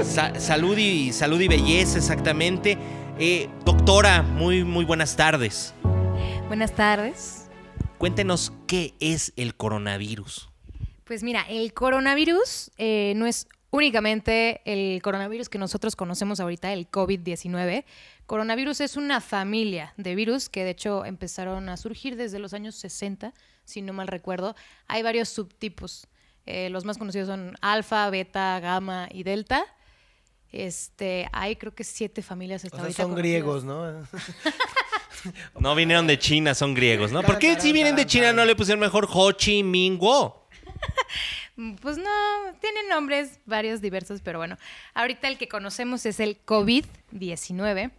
Speaker 1: Sa- salud, y, salud y belleza, exactamente. Eh, doctora, muy, muy buenas tardes.
Speaker 3: Buenas tardes.
Speaker 1: Cuéntenos qué es el coronavirus.
Speaker 3: Pues mira, el coronavirus eh, no es únicamente el coronavirus que nosotros conocemos ahorita, el COVID-19. Coronavirus es una familia de virus que de hecho empezaron a surgir desde los años 60, si no mal recuerdo. Hay varios subtipos. Eh, los más conocidos son alfa, beta, gamma y delta. Este, hay creo que siete familias hasta
Speaker 2: O sea,
Speaker 3: ahorita
Speaker 2: son
Speaker 3: conocidas.
Speaker 2: griegos, ¿no?
Speaker 1: Pues No vinieron de China, son griegos, ¿no? ¿Por qué si vienen de China no le pusieron mejor Ho Chi Minh Wo?
Speaker 3: Mm, Pues no, tienen nombres varios diversos, pero bueno. Ahorita el que conocemos es el COVID-19.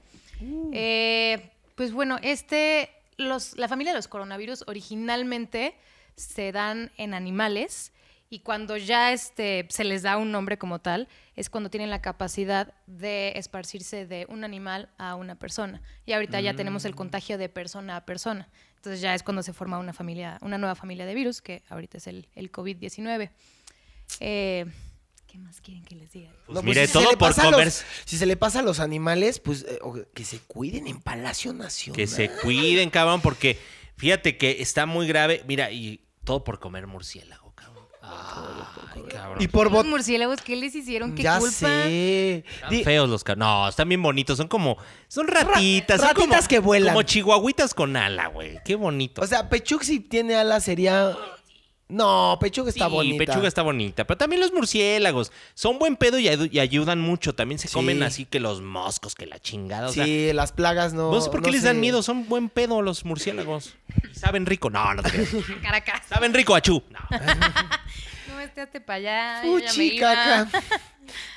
Speaker 3: Eh, pues bueno, este, los, la familia de los coronavirus originalmente se dan en animales y cuando ya este, se les da un nombre como tal, es cuando tienen la capacidad de esparcirse de un animal a una persona. Y ahorita ya tenemos
Speaker 2: Mm.
Speaker 3: el contagio de persona a persona. Entonces ya es cuando se forma una familia, una nueva familia de virus, que ahorita es el, el COVID-19. Eh, ¿Qué más quieren que les diga?
Speaker 1: Pues
Speaker 2: No,
Speaker 1: mire,
Speaker 2: si se
Speaker 1: todo
Speaker 2: le
Speaker 1: por
Speaker 2: pasa a los-
Speaker 1: covers.
Speaker 2: si se le pasa a los animales, pues eh, o que se cuiden en Palacio Nacional.
Speaker 1: Que se cuiden, cabrón, porque fíjate que está muy grave. Mira, y todo por comer murciélago, cabrón.
Speaker 2: Ah,
Speaker 1: Ay, cabrón.
Speaker 2: Y por
Speaker 3: Los
Speaker 2: bot...
Speaker 3: murciélagos, ¿qué les hicieron? ¿Qué
Speaker 2: Ya
Speaker 3: culpa?
Speaker 2: sé.
Speaker 1: Están
Speaker 2: Di-
Speaker 1: feos los cabrones. No, están bien bonitos. Son como. Son ratitas. son
Speaker 2: ratitas
Speaker 1: como-
Speaker 2: que vuelan. Pues
Speaker 1: Como chihuahuitas con ala, güey. Qué bonito.
Speaker 2: O sea, Pechuk si tiene alas sería... No, Pechuk está
Speaker 1: Sí,
Speaker 2: bonita.
Speaker 1: pechuga está bonita. Pero también los murciélagos. Son buen pedo y, ayu- y ayudan mucho. También se
Speaker 2: Sí.
Speaker 1: comen así que los moscos, que la chingada. O sea,
Speaker 2: sí, las plagas no...
Speaker 1: no, sé por qué
Speaker 2: no
Speaker 1: les
Speaker 2: sé.
Speaker 1: dan miedo. Son buen pedo los murciélagos. Y saben rico. No, no te creas.
Speaker 3: Caracas.
Speaker 1: Saben rico, achú. No.
Speaker 3: No, estéate para allá. yo ya me
Speaker 2: Uchi,
Speaker 3: iba.
Speaker 2: caca.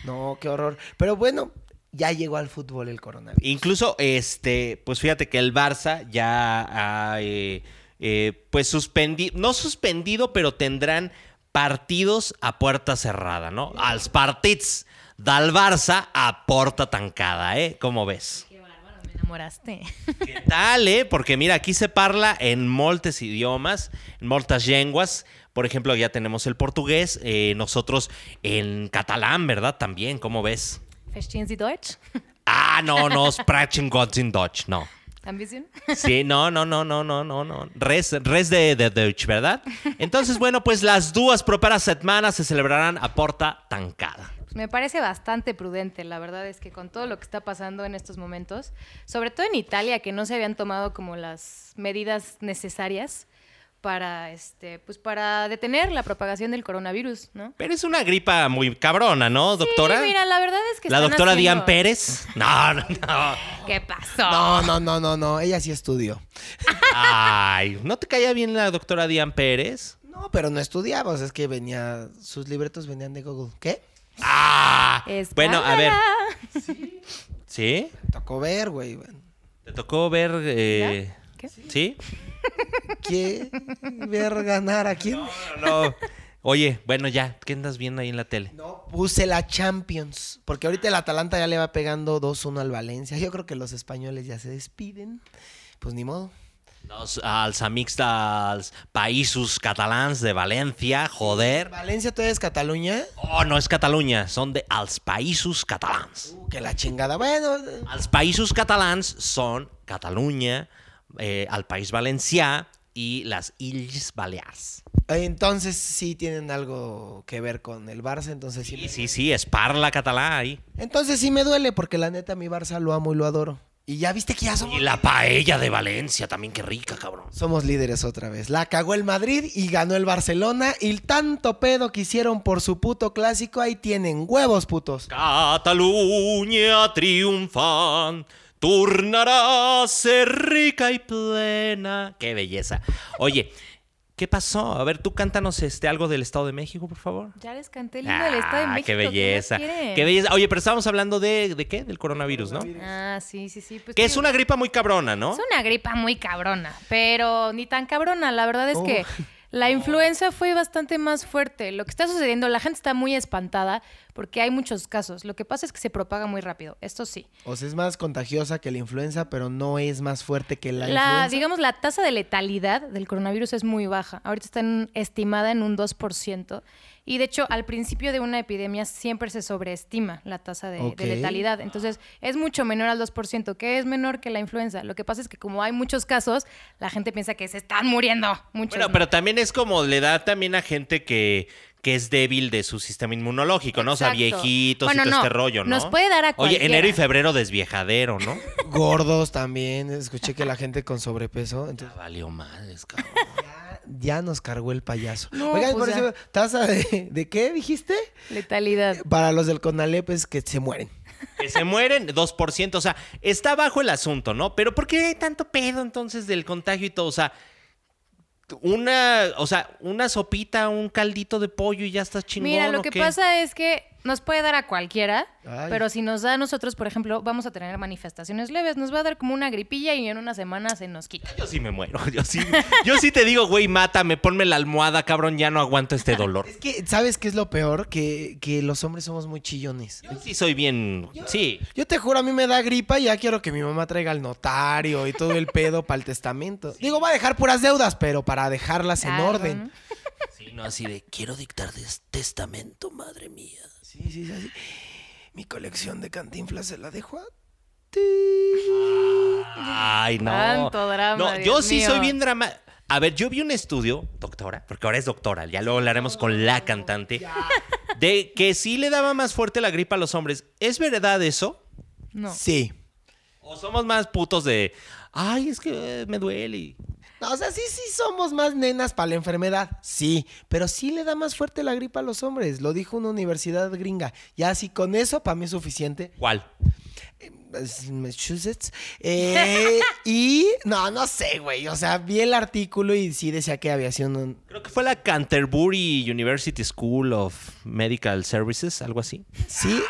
Speaker 2: No, qué horror. Pero bueno, ya llegó al fútbol el coronavirus.
Speaker 1: Incluso, este, pues fíjate que el Barça ya ha, eh, eh, pues suspendido, no suspendido, pero tendrán partidos a puerta cerrada, ¿no? Als partits del Barça a puerta tancada, ¿eh? ¿Cómo ves?
Speaker 3: Qué bárbaro, me enamoraste.
Speaker 1: ¿Qué tal, eh? Porque mira, aquí se parla en moltes idiomas, en moltes lenguas. Por ejemplo, ya tenemos el portugués, eh, nosotros en catalán, ¿verdad? También, ¿cómo ves?
Speaker 3: Verstehen Sie Deutsch?
Speaker 1: Ah, no, no, Sprachen Gott in Deutsch, no.
Speaker 3: Ambición.
Speaker 1: Sí, no, no, no, no, no, no, no. Res, res de, de Deutsch, ¿verdad? Entonces, bueno, pues las dos properas semanas se celebrarán a porta tancada.
Speaker 3: Pues me parece bastante prudente, la verdad es que con todo lo que está pasando en estos momentos, sobre todo en Italia, que no se habían tomado como las medidas necesarias para, este, pues para detener la propagación del coronavirus, ¿no?
Speaker 1: Pero es una gripa muy cabrona, ¿no, doctora?
Speaker 3: Sí, mira, la verdad es que
Speaker 1: la
Speaker 3: están
Speaker 1: doctora
Speaker 3: haciendo-
Speaker 1: Dian Pérez. No, no, no.
Speaker 3: ¿Qué pasó?
Speaker 2: No, no, no, no, no. Ella sí estudió.
Speaker 1: Ay, ¿no te caía bien la doctora Dian Pérez?
Speaker 2: No, pero no estudiaba. O sea, es que venía... Sus libretos venían de Google. ¿Qué?
Speaker 1: Ah, bueno, a ver.
Speaker 3: Escándala.
Speaker 1: ¿Sí?
Speaker 2: Me tocó ver, güey. Bueno,
Speaker 1: ¿Te tocó ver... eh,
Speaker 3: ¿Qué?
Speaker 1: ¿Sí?
Speaker 2: ¿Qué? ¿Ver ganar a quién?
Speaker 1: No, no. Oye, bueno, ya, ¿qué andas viendo ahí en la tele?
Speaker 2: No, puse la Champions. Porque ahorita el Atalanta ya le va pegando 2-1 al Valencia. Yo creo que los españoles ya se despiden. Pues ni modo.
Speaker 1: Los als amics dels països catalans de Valencia, joder.
Speaker 2: ¿Valencia todavía es Cataluña?
Speaker 1: Oh, no es Cataluña, son de als països catalans.
Speaker 2: Uh, que la chingada. Bueno, eh,
Speaker 1: Els països catalans son Cataluña, eh, el País Valencià y las Illes Balears.
Speaker 2: entonces sí tienen algo que ver con el Barça. Entonces sí,
Speaker 1: Sí,
Speaker 2: me-
Speaker 1: sí, sí, es parla català ahí.
Speaker 2: Entonces sí me duele porque la neta mi Barça lo amo y lo adoro. Y ya viste que ya somos,
Speaker 1: Y la paella de Valencia también, qué rica, cabrón.
Speaker 2: somos líderes otra vez. La cagó el Madrid y ganó el Barcelona. Y el tanto pedo que hicieron por su puto clásico. Ahí tienen huevos, putos.
Speaker 1: Cataluña triunfan, tornará a ser rica y plena. ¡Qué belleza! Oye, ¿qué pasó? A ver, tú cántanos este, algo del Estado de México, por favor.
Speaker 3: Ya les canté el himno del Estado de
Speaker 1: Ah,
Speaker 3: México.
Speaker 1: ¡Qué
Speaker 3: más
Speaker 1: belleza!
Speaker 3: quieren?
Speaker 1: ¡Qué belleza! Oye, pero estábamos hablando de, ¿de qué? Del coronavirus, ¿no?
Speaker 3: Ah, sí, sí, sí. Pues
Speaker 1: Que
Speaker 3: te
Speaker 1: es
Speaker 3: digo,
Speaker 1: una gripa muy cabrona, ¿no?
Speaker 3: es una gripa muy cabrona, pero ni tan cabrona. La verdad es
Speaker 2: Oh.
Speaker 3: que la influenza fue bastante más fuerte. Lo que está sucediendo, la gente está muy espantada porque hay muchos casos. Lo que pasa es que se propaga muy rápido, esto sí.
Speaker 2: O sea, es más contagiosa que la influenza, pero no es más fuerte que la,
Speaker 3: La,
Speaker 2: influenza.
Speaker 3: digamos, la tasa de letalidad del coronavirus es muy baja. Ahorita está en- estimada en un 2%. Y de hecho, al principio de una epidemia siempre se sobreestima la tasa de, de
Speaker 2: Ok.
Speaker 3: letalidad. Entonces, es mucho menor al 2%, que es menor que la influenza. Lo que pasa es que como hay muchos casos, la gente piensa que se están muriendo. Muchos
Speaker 1: Bueno,
Speaker 3: no.
Speaker 1: pero también es como le da también a gente que, que es débil de su sistema inmunológico, ¿no? O sea,
Speaker 3: Exacto.
Speaker 1: viejitos
Speaker 3: Bueno,
Speaker 1: y todo este
Speaker 3: no,
Speaker 1: rollo, ¿no?
Speaker 3: nos puede dar a
Speaker 1: Oye,
Speaker 3: cualquiera.
Speaker 1: enero y febrero desviejadero, ¿no?
Speaker 2: Gordos también. Escuché que la gente con sobrepeso.
Speaker 1: Ya
Speaker 2: Entonces,
Speaker 1: Ah, valió madres, cabrón.
Speaker 2: ya, ya nos cargó el payaso.
Speaker 3: No,
Speaker 2: Oigan, por
Speaker 3: pues ya.
Speaker 2: eso, tasa de, de qué dijiste?
Speaker 1: Eh,
Speaker 3: letalidad.
Speaker 2: Para los del Conalep es que se mueren.
Speaker 1: Que se mueren 2%, o sea, está bajo el asunto, ¿no? Pero ¿por qué hay tanto pedo entonces del contagio y todo? O sea, una, o sea, una sopita, un caldito de pollo y ya estás chingón.
Speaker 3: Mira, lo
Speaker 1: ¿o
Speaker 3: que
Speaker 1: qué?
Speaker 3: pasa es que nos puede dar a cualquiera,
Speaker 2: Ay.
Speaker 3: pero si nos da a nosotros, por ejemplo, vamos a tener manifestaciones leves, nos va a dar como una gripilla y en una semana se nos quita.
Speaker 1: Yo sí me muero, yo sí, yo sí te digo, güey, mátame, ponme la almohada, cabrón, ya no aguanto este dolor.
Speaker 2: Es que, ¿sabes qué es lo peor? Que, que los hombres somos muy chillones.
Speaker 1: Yo sí soy bien, sí.
Speaker 2: Yo te juro, a mí me da gripa y ya quiero que mi mamá traiga al notario y todo el pedo para el testamento. Digo, va a dejar puras deudas, pero para dejarlas en
Speaker 3: Claro,
Speaker 2: orden.
Speaker 3: ¿no?
Speaker 1: Sí, no, así de, quiero dictar des- testamento, madre mía.
Speaker 2: Sí, sí, sí, sí. Mi colección de cantinflas se la dejo a ti.
Speaker 1: Ay, no.
Speaker 3: Tanto drama,
Speaker 1: No,
Speaker 3: Dios
Speaker 1: yo sí
Speaker 3: mío.
Speaker 1: soy bien drama. A ver, yo vi un estudio, doctora, porque ahora es doctora, ya lo hablaremos con la cantante, de que sí le daba más fuerte la gripa a los hombres. ¿Es verdad eso?
Speaker 3: No.
Speaker 2: Sí.
Speaker 1: ¿O somos más putos de, ay, es que eh, me duele?
Speaker 2: No, o sea, sí, sí somos más nenas para la enfermedad. Sí, pero sí le da más fuerte la gripa a los hombres. Lo dijo una universidad gringa. Ya, si con eso para mí es suficiente.
Speaker 1: ¿Cuál?
Speaker 2: Es Massachusetts. Eh, y no, no sé, güey. O sea, vi el artículo y sí decía que aviación.
Speaker 1: Creo que fue la Canterbury University School of Medical Services, algo así.
Speaker 2: Sí.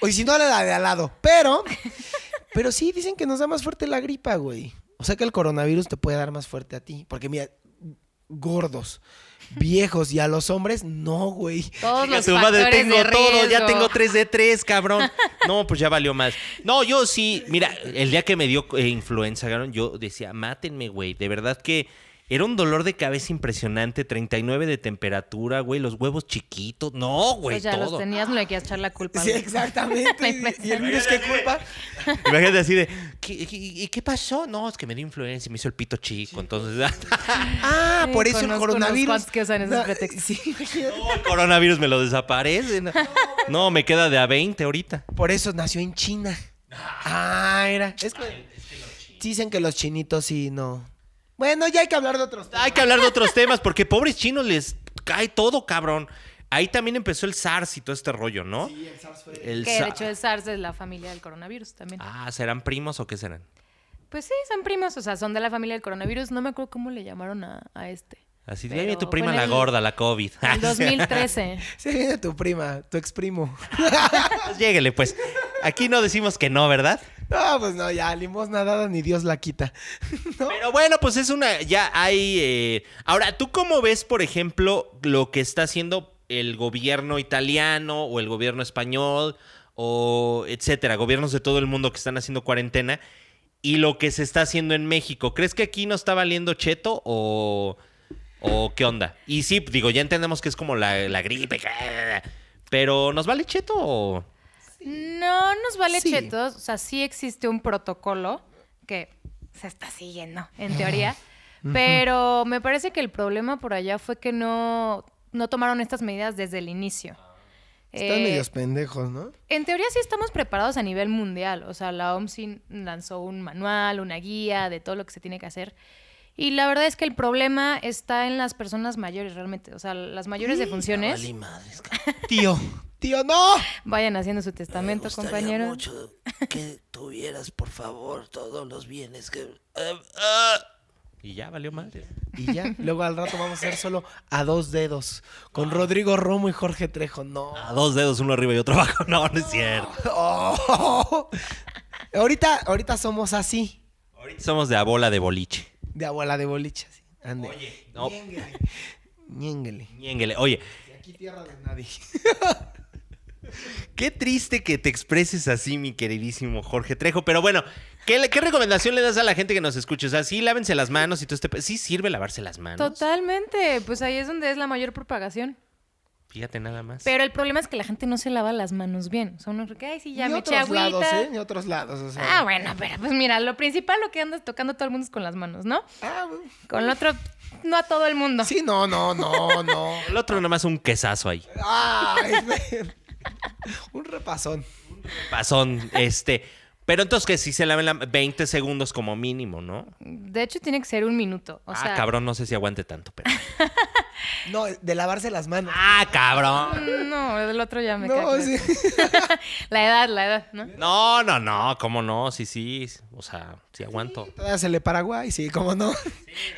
Speaker 2: O y si no, la de al lado. Pero, pero sí dicen que nos da más fuerte la gripa, güey. O sea que el coronavirus te puede dar más fuerte a ti. Porque mira, gordos, viejos y a los hombres, no, güey.
Speaker 3: Todos
Speaker 1: Chinga
Speaker 3: los
Speaker 1: tu madre,
Speaker 3: factores
Speaker 1: tengo
Speaker 3: de
Speaker 1: todo, ya
Speaker 3: riesgo.
Speaker 1: tengo 3 de 3, cabrón. No, pues ya valió más. No, yo sí, mira, el día que me dio eh, influenza, cabrón, yo decía, mátenme, güey. De verdad que era un dolor de cabeza impresionante, 39 de temperatura, güey, los huevos chiquitos. No, güey,
Speaker 3: Pues ya los
Speaker 1: todo.
Speaker 3: tenías, no le quieras echar la culpa.
Speaker 2: Sí,
Speaker 3: ¿no?
Speaker 2: exactamente. y el virus que culpa.
Speaker 1: Imagínate así de, ¿qué, qué, y qué pasó? No, es que me dio influenza y me hizo el pito chico, entonces...
Speaker 2: Ah,
Speaker 3: Sí,
Speaker 2: por eso el
Speaker 3: conozco unos
Speaker 2: coronavirus.
Speaker 3: cuantos que usan esos
Speaker 2: No,
Speaker 3: pretextos.
Speaker 2: sí, imagínate.
Speaker 1: No, el coronavirus me lo desaparece. No, No, me queda de a 20 ahorita.
Speaker 2: Por eso nació en China. Ah, era. Es que, dicen que los chinitos sí, no. Bueno, ya hay que hablar de otros.
Speaker 3: Ah.
Speaker 2: temas.
Speaker 1: Hay que hablar de otros temas porque pobres chinos les cae todo, cabrón. Ahí también empezó el SARS y todo este rollo, ¿no? Sí, el SARS fue.
Speaker 3: Que de hecho el SARS es la familia del coronavirus también.
Speaker 1: Ah, ¿serán primos o qué serán?
Speaker 3: Pues sí, son primos, o sea, son de la familia del coronavirus. No me acuerdo cómo le llamaron a, a este.
Speaker 1: Así de
Speaker 3: Pero
Speaker 1: "Ay, tu
Speaker 3: fue
Speaker 1: prima
Speaker 3: en
Speaker 1: la
Speaker 3: el-
Speaker 1: gorda, la COVID.
Speaker 3: En 2013.
Speaker 2: Se viene tu prima, tu exprimo.
Speaker 1: Pues Lléguele, pues. Aquí no decimos que no, ¿verdad?
Speaker 2: No, pues no, ya, limosna dada ni Dios la quita. ¿No?
Speaker 1: Pero bueno, pues es una. Ya hay. eh, Ahora, ¿tú cómo ves, por ejemplo, lo que está haciendo el gobierno italiano o el gobierno español o etcétera? Gobiernos de todo el mundo que están haciendo cuarentena y lo que se está haciendo en México. ¿Crees que aquí no está valiendo cheto o. o qué onda? Y sí, digo, ya entendemos que es como la, la gripe. que- Pero ¿nos vale cheto o.?
Speaker 3: No nos vale
Speaker 2: Sí.
Speaker 3: chetos. O sea, sí existe un protocolo que se está siguiendo, en teoría. pero me parece que el problema por allá fue que no, no tomaron estas medidas desde el inicio.
Speaker 2: Están
Speaker 3: Eh,
Speaker 2: medios pendejos, ¿no?
Speaker 3: en teoría sí estamos preparados a nivel mundial. O sea, la OMS sí lanzó un manual, una guía de todo lo que se tiene que hacer. Y la verdad es que el problema está en las personas mayores realmente. O sea, las mayores de funciones
Speaker 2: Tío. Tío, no.
Speaker 3: vayan haciendo su testamento, compañeros.
Speaker 4: que tuvieras, por favor, todos los bienes que...
Speaker 1: Eh, ah. Y ya valió madre.
Speaker 2: Y ya, luego al rato vamos a ser solo a dos dedos. Con Rodrigo Romo y Jorge Trejo, no.
Speaker 1: A dos dedos, uno arriba y otro abajo. No, no es cierto.
Speaker 2: Oh. Ahorita, ahorita somos así,
Speaker 1: Ahorita somos de a bola de boliche.
Speaker 2: de abuela de boliche. Así. Ande.
Speaker 1: No,
Speaker 2: Ñénguele.
Speaker 1: ñénguele. Oye,
Speaker 2: Aquí tierra de nadie.
Speaker 1: qué triste que te expreses así, mi queridísimo Jorge Trejo. Pero bueno, ¿qué, le- qué recomendación le das a la gente que nos escucha? O sea, sí, lávense las manos y todo este... pe- Sí sirve lavarse las manos.
Speaker 3: Totalmente, pues ahí es donde es la mayor propagación.
Speaker 1: Fíjate nada más.
Speaker 3: Pero el problema es que la gente no se lava las manos bien. O sea, uno cree que, ay, sí, ya
Speaker 2: Ni
Speaker 3: me eché
Speaker 2: otros
Speaker 3: agüita.
Speaker 2: lados, ¿eh? Ni otros lados. o sea.
Speaker 3: Ah, bueno, pero pues mira, lo principal lo que andas tocando todo el mundo es con las manos, ¿no?
Speaker 2: Ah, bueno.
Speaker 3: Con lo otro, no a todo el mundo.
Speaker 2: Sí, no, no, no, no.
Speaker 1: El otro nada más un quesazo ahí.
Speaker 2: Ay, güey. un repasón.
Speaker 1: Pasón, este. Pero entonces que si se laven la- 20 segundos como mínimo, ¿no?
Speaker 3: De hecho, tiene que ser un minuto. O sea,
Speaker 1: ah, cabrón, no sé si aguante tanto, pero.
Speaker 2: No, de lavarse las manos.
Speaker 1: ¡Ah, cabrón!
Speaker 3: No, el otro ya me queda
Speaker 2: No,
Speaker 3: claro.
Speaker 2: sí.
Speaker 3: La edad, la edad, ¿no?
Speaker 1: No, no, no, cómo no, sí, sí. O sea, sí aguanto.
Speaker 2: Todavía se le Paraguay, sí, cómo no.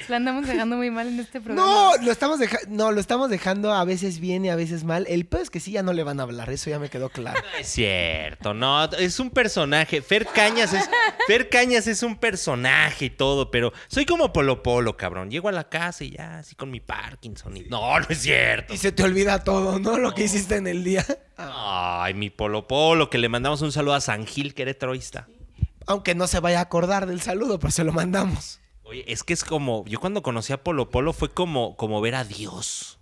Speaker 3: La andamos dejando muy mal en este programa.
Speaker 2: No, Ah, lo estamos dejando, no, lo estamos dejando a veces bien y a veces mal. El peor es que sí ya no le van a hablar, eso ya me quedó claro.
Speaker 1: No Es cierto, no, es un personaje. Fer Cañas es, Fer Cañas es un personaje y todo, pero soy como Polo Polo, cabrón. Llego a la casa y ya, así con mi Parkinson. y- No, no es cierto.
Speaker 2: Y se te olvida todo, ¿no? Lo que hiciste en el día.
Speaker 1: Ay, mi Polo Polo, que le mandamos un saludo a San Gil, que troista.
Speaker 2: Aunque no se vaya a acordar del saludo, pero se lo mandamos.
Speaker 1: Oye, es que es como, yo cuando conocí a Polo Polo fue como, como ver a Dios.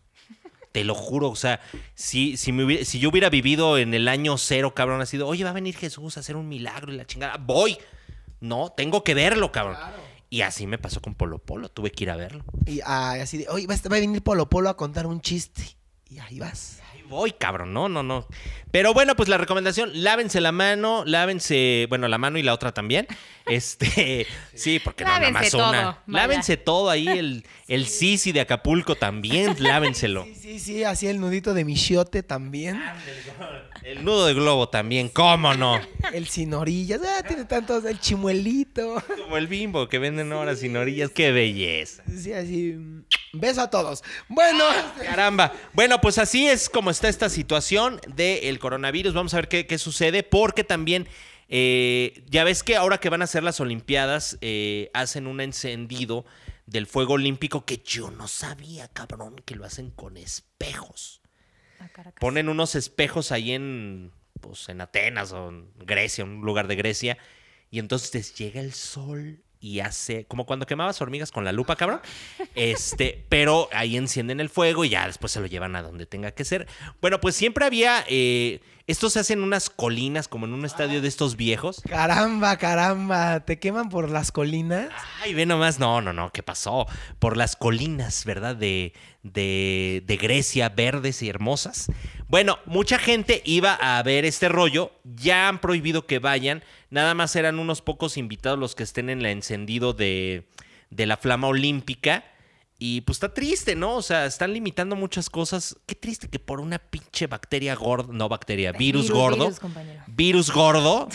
Speaker 1: Te lo juro, o sea, si, si, me hubiera- si yo hubiera vivido en el año cero, cabrón, ha sido, oye, va a venir Jesús a hacer un milagro y la chingada, voy. No, tengo que verlo, cabrón. Y así me pasó con Polo Polo, tuve que ir a verlo.
Speaker 2: Y ay, así de, oye, va a estar- va a venir Polo Polo a contar un chiste. Y ahí vas.
Speaker 1: Ahí voy, cabrón, no, no, no. Pero bueno, pues la recomendación, lávense la mano, lávense, bueno, la mano y la otra también. Este, sí, porque no, nada más
Speaker 3: Lávense todo,
Speaker 1: una.
Speaker 3: vaya.
Speaker 1: Lávense todo ahí, el, el sisi de Acapulco también, lávenselo.
Speaker 2: Sí, sí, sí, así el nudito de Michiote también.
Speaker 1: El nudo de globo también, cómo no.
Speaker 2: El sin orillas. Ah, tiene tantos, el chimuelito.
Speaker 1: Como el bimbo que venden ahora sin orillas, qué belleza.
Speaker 2: Sí, así. mm, Beso a todos. Bueno,
Speaker 1: Caramba. Bueno, pues así es como está esta situación del coronavirus. Vamos a ver qué, qué sucede, porque también eh, ya ves que ahora que van a hacer las Olimpiadas, eh, hacen un encendido del fuego olímpico que yo no sabía, cabrón, que lo hacen con espejos.
Speaker 3: Ah, Caracas.
Speaker 1: Ponen unos espejos ahí en, pues, en Atenas o en Grecia, un lugar de Grecia, y entonces llega el sol y hace, como cuando quemabas hormigas con la lupa, cabrón, este, pero ahí encienden el fuego y ya después se lo llevan a donde tenga que ser. Bueno, pues siempre había, eh, esto se hace en unas colinas, como en un estadio de estos viejos.
Speaker 2: caramba, caramba. Te queman por las colinas.
Speaker 1: Ay, ve nomás, no, no, no, ¿qué pasó? Por las colinas, ¿verdad? De, de, de Grecia, verdes y hermosas. Bueno, mucha gente iba a ver este rollo, ya han prohibido que vayan, nada más eran unos pocos invitados los que estén en el encendido de, de la flama olímpica. Y pues está triste, ¿no? O sea, están limitando muchas cosas. Qué triste que por una pinche bacteria gorda, no bacteria, virus, gordo
Speaker 3: Virus, compañero.
Speaker 1: virus gordo,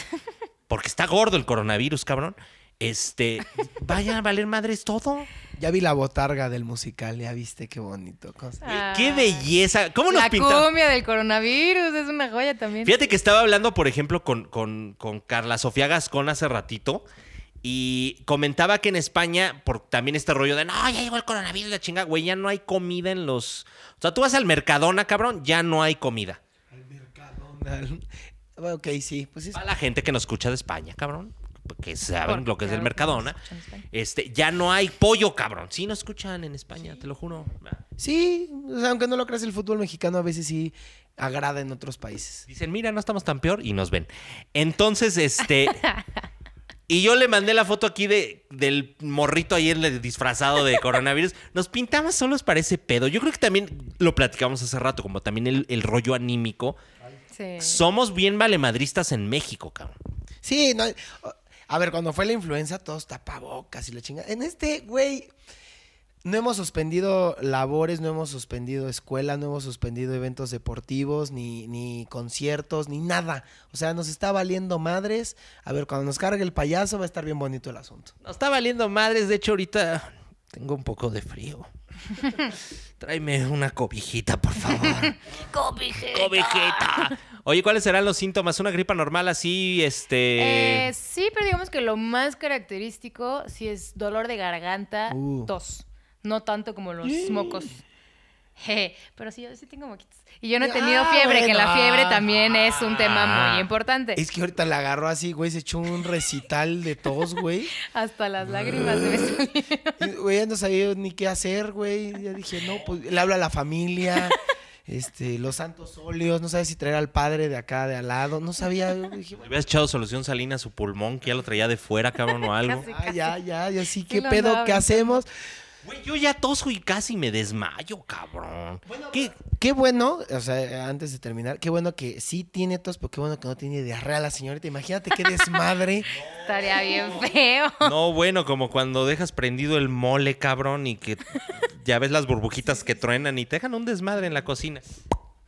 Speaker 1: porque está gordo el coronavirus, cabrón. Este, vaya a valer madres todo.
Speaker 2: Ya vi la botarga del musical, ya viste qué bonito. cosa.
Speaker 1: Eh, Qué
Speaker 3: Ah.
Speaker 1: belleza. ¿Cómo nos
Speaker 3: La
Speaker 1: pintaron?
Speaker 3: cumbia del coronavirus es una joya también.
Speaker 1: Fíjate que estaba hablando, por ejemplo, con, con- con Carla Sofía Gascón hace ratito y comentaba que en España, por también este rollo de no, ya llegó el coronavirus, la chinga, güey, ya no hay comida en los. O sea, tú vas al Mercadona, cabrón, ya no hay comida.
Speaker 2: Ok, sí, pues es-
Speaker 1: Para la gente que nos escucha de España, cabrón, que saben
Speaker 3: Porque
Speaker 1: lo que es el
Speaker 3: claro que
Speaker 1: Mercadona,
Speaker 3: nos escuchan en España.
Speaker 1: este, ya no hay pollo, cabrón. Sí, no escuchan en España, te lo juro.
Speaker 2: sí, o sea, aunque no lo creas, el fútbol mexicano a veces sí agrada en otros países.
Speaker 1: Dicen, mira, no estamos tan peor y nos ven. Entonces, este... Y yo le mandé la foto aquí de, del morrito ayer le- disfrazado de coronavirus. Nos pintamos solos para ese pedo. Yo creo que también lo platicamos hace rato, como también el, el rollo anímico.
Speaker 3: Sí.
Speaker 1: Somos bien valemadristas en México, cabrón.
Speaker 2: Sí, no. A ver, cuando fue la influenza, todos tapabocas y la chinga. En este, güey, no hemos suspendido labores, no hemos suspendido escuela, no hemos suspendido eventos deportivos, ni, ni conciertos, ni nada. O sea, nos está valiendo madres. A ver, cuando nos cargue el payaso va a estar bien bonito el asunto.
Speaker 1: Nos está valiendo madres. De hecho, ahorita tengo un poco de frío. Tráeme una cobijita, por favor.
Speaker 4: Cobijeta.
Speaker 1: ¡Cobijita! Oye, ¿cuáles serán los síntomas? ¿Una gripa normal así, este...?
Speaker 3: Eh, sí, pero digamos que lo más característico sí es dolor de garganta,
Speaker 2: Uh.
Speaker 3: tos. No tanto como los mocos. Jeje, pero sí, yo sí tengo moquitos. Y yo no he tenido
Speaker 2: Ah,
Speaker 3: fiebre, que la
Speaker 2: bueno.
Speaker 3: fiebre también es un
Speaker 1: Ah.
Speaker 3: tema muy importante.
Speaker 2: Es que ahorita la agarró así, güey, se echó un recital de tos, güey.
Speaker 3: Hasta las lágrimas se me salieron.
Speaker 2: Y, Güey, ya no sabía ni qué hacer, güey. Ya dije, no, pues le habla a la familia. este, los santos óleos, no sabía si traer al padre de acá, de al lado, no sabía. Yo dije,
Speaker 1: Le
Speaker 2: bueno,
Speaker 1: hubieras echado solución salina a su pulmón, que ya lo traía de fuera, cabrón, o algo.
Speaker 3: Casi.
Speaker 2: ah, ya, ya, ya sí, qué
Speaker 3: lo
Speaker 2: pedo,
Speaker 3: andaba
Speaker 2: ¿qué
Speaker 3: aventando.
Speaker 2: hacemos?
Speaker 1: Güey, yo ya tosco y casi me desmayo, cabrón.
Speaker 2: Qué, qué bueno, o sea, antes de terminar, qué bueno que sí tiene tos, pero qué bueno que no tiene diarrea la señorita. Imagínate qué desmadre.
Speaker 3: Estaría bien feo.
Speaker 1: No, bueno, como cuando dejas prendido el mole, cabrón, y que ya ves las burbujitas que truenan y te dejan un desmadre en la cocina.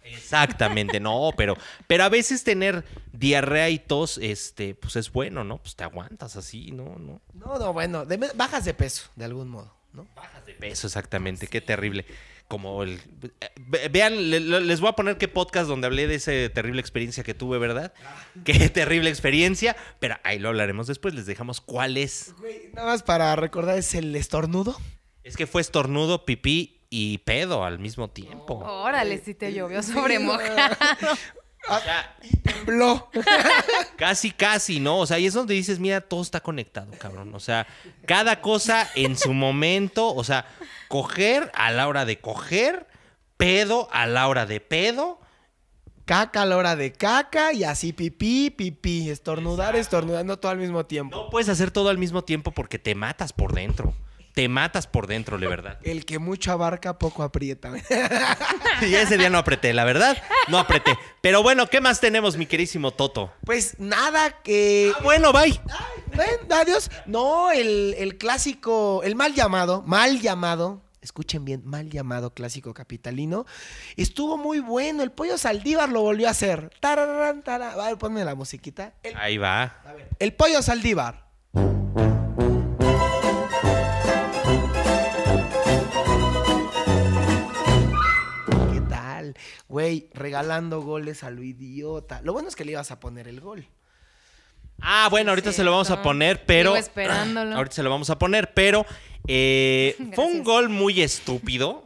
Speaker 1: Exactamente, no, pero, pero a veces tener diarrea y tos, este, pues es bueno, ¿no? Pues te aguantas así, ¿no? No.
Speaker 2: No, no, bueno, de me- bajas de peso, de algún modo, ¿no?
Speaker 1: Bajas de peso, exactamente, qué terrible. Como el. ve- Vean, le- le- les voy a poner qué podcast donde hablé de esa terrible experiencia que tuve, ¿verdad? Qué terrible experiencia, pero ahí lo hablaremos después. Les dejamos cuál es.
Speaker 2: Güey, nada más para recordar, es el estornudo.
Speaker 1: Es que fue estornudo, pipí y pedo al mismo tiempo.
Speaker 3: Órale, si te llovió sobre moja.
Speaker 1: O sea,
Speaker 2: Tembló.
Speaker 1: casi, casi, ¿no? O sea, y es donde dices, mira, todo está conectado, cabrón. O sea, cada cosa en su momento, o sea, coger a la hora de coger, pedo a la hora de pedo.
Speaker 2: Caca a la hora de caca y así pipí, pipí. Estornudar, estornudando todo al mismo tiempo.
Speaker 1: No puedes hacer todo al mismo tiempo porque te matas por dentro. Te matas por dentro, de verdad.
Speaker 2: El que mucho abarca, poco aprieta.
Speaker 1: Y ese día no apreté, la verdad, no apreté. Pero bueno, ¿qué más tenemos, mi querísimo Toto?
Speaker 2: Pues nada, que...
Speaker 1: Ah, bueno, bye.
Speaker 2: Ven, adiós. No, el, el clásico, el mal llamado, mal llamado, escuchen bien, mal llamado clásico capitalino. Estuvo muy bueno, el pollo Saldívar lo volvió a hacer. Tararán, tara- A ver, ponme la musiquita. El,
Speaker 1: Ahí va.
Speaker 2: a ver, el pollo Saldívar. ¿Qué tal? Güey, regalando goles a lo idiota. Lo bueno es que le ibas a poner el gol.
Speaker 1: Ah, bueno, ahorita se lo vamos a
Speaker 3: cierto.
Speaker 1: poner, pero.
Speaker 3: Sigo esperándolo.
Speaker 1: Ahorita se lo vamos a poner, pero. eh, fue un
Speaker 3: Gracias.
Speaker 1: gol muy estúpido.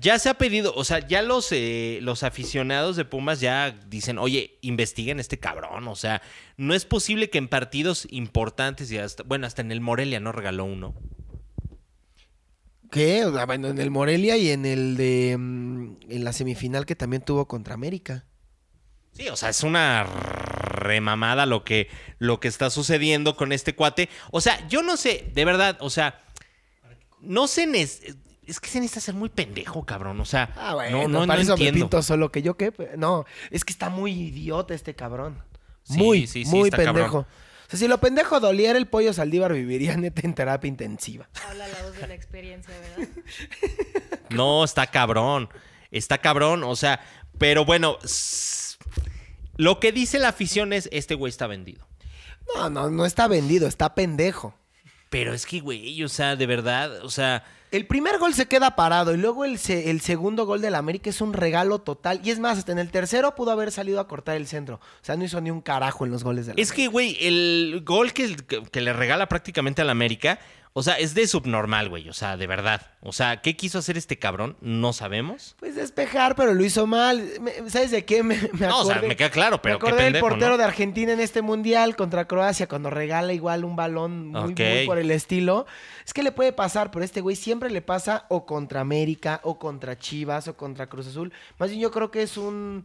Speaker 1: Ya se ha pedido, o sea, ya los, eh, los aficionados de Pumas ya dicen, oye, investiguen a este cabrón. O sea, no es posible que en partidos importantes y hasta, bueno, hasta en el Morelia no regaló uno.
Speaker 2: ¿Qué? O sea, bueno, en el Morelia y en el de. mm, en la semifinal que también tuvo contra América.
Speaker 1: Sí, o sea, es una remamada lo que, lo que está sucediendo con este cuate. O sea, yo no sé, de verdad, o sea, no se nes- es que se necesita ser muy pendejo, cabrón. O sea,
Speaker 2: Ah,
Speaker 1: no, no, no
Speaker 2: para eso me
Speaker 1: entiendo.
Speaker 2: pinto solo que yo qué. pe- No, es que está muy idiota este cabrón.
Speaker 1: Sí,
Speaker 2: muy,
Speaker 1: sí, sí,
Speaker 2: muy
Speaker 1: está
Speaker 2: pendejo.
Speaker 1: cabrón.
Speaker 2: O sea, si lo pendejo doliera, el pollo Saldívar viviría neta en terapia intensiva.
Speaker 3: Habla la voz de la experiencia, ¿verdad?
Speaker 1: No, está cabrón. Está cabrón, o sea, pero bueno, s- lo que dice la afición es, este güey está vendido.
Speaker 2: No, no, no está vendido, está pendejo.
Speaker 1: Pero es que, güey, o sea, de verdad, o sea,
Speaker 2: El primer gol se queda parado y luego el, se- el segundo gol del América es un regalo total. Y es más, hasta en el tercero pudo haber salido a cortar el centro. O sea, no hizo ni un carajo en los goles del
Speaker 1: Es que, güey, el gol que, que- que le regala prácticamente al América, o sea, es de subnormal, güey, o sea, de verdad. O sea, ¿qué quiso hacer este cabrón? No sabemos.
Speaker 2: Pues despejar, pero lo hizo mal. Me- ¿Sabes de qué? Me, me
Speaker 1: No, o sea,
Speaker 2: acordé-
Speaker 1: me queda claro, pero
Speaker 2: me
Speaker 1: qué
Speaker 2: acordé del
Speaker 1: pendejo,
Speaker 2: portero
Speaker 1: ¿no?
Speaker 2: de Argentina en este mundial contra Croacia cuando regala igual un balón muy, muy
Speaker 1: Ok.
Speaker 2: por el estilo. Es que le puede pasar, pero este güey siempre le pasa o contra América, o contra Chivas, o contra Cruz Azul. Más bien yo creo que es un...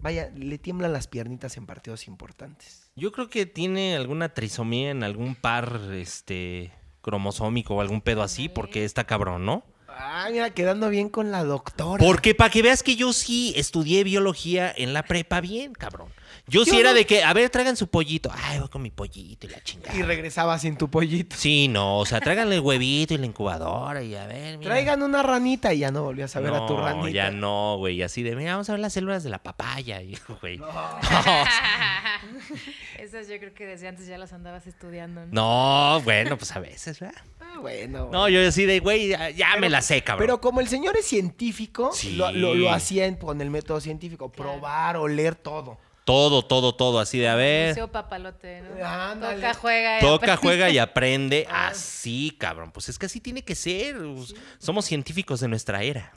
Speaker 2: Vaya, le tiemblan las piernitas en partidos importantes.
Speaker 1: Yo creo que tiene alguna trisomía en algún par, este, cromosómico o algún pedo así, porque está cabrón, ¿no?
Speaker 2: Ah, mira, quedando bien con la doctora.
Speaker 1: Porque para que veas que yo sí estudié biología en la prepa bien, cabrón. Yo, sí
Speaker 2: Yo
Speaker 1: era
Speaker 2: no-
Speaker 1: de que, a ver, traigan su pollito. Ay, voy con mi pollito y la chingada.
Speaker 2: Y regresaba sin tu pollito.
Speaker 1: Sí, no, o sea, tráiganle el huevito y la incubadora y a ver, mira.
Speaker 2: Traigan una ranita y ya no volvías a ver a tu ranita.
Speaker 1: ya no, güey. Así de, mira, vamos a ver las células de la papaya, hijo, güey. No.
Speaker 3: Esas yo creo que desde antes ya las andabas estudiando, ¿no?
Speaker 1: bueno, pues a veces, ¿verdad?
Speaker 2: Ah, bueno,
Speaker 1: No, yo así de, güey, ya, ya me la sé, cabrón.
Speaker 2: Pero como el señor es científico,
Speaker 1: Sí.
Speaker 2: lo, lo- lo hacía en- con el método científico, probar, oler todo.
Speaker 1: Todo, todo, todo, así de, a ver,
Speaker 3: Museo papalote, ¿no?
Speaker 2: Ándale.
Speaker 3: Toca, juega. y
Speaker 1: toca,
Speaker 3: aprende.
Speaker 1: juega y aprende
Speaker 3: Ah.
Speaker 1: así, cabrón. Pues es que así tiene que ser. pues, Somos científicos de nuestra era.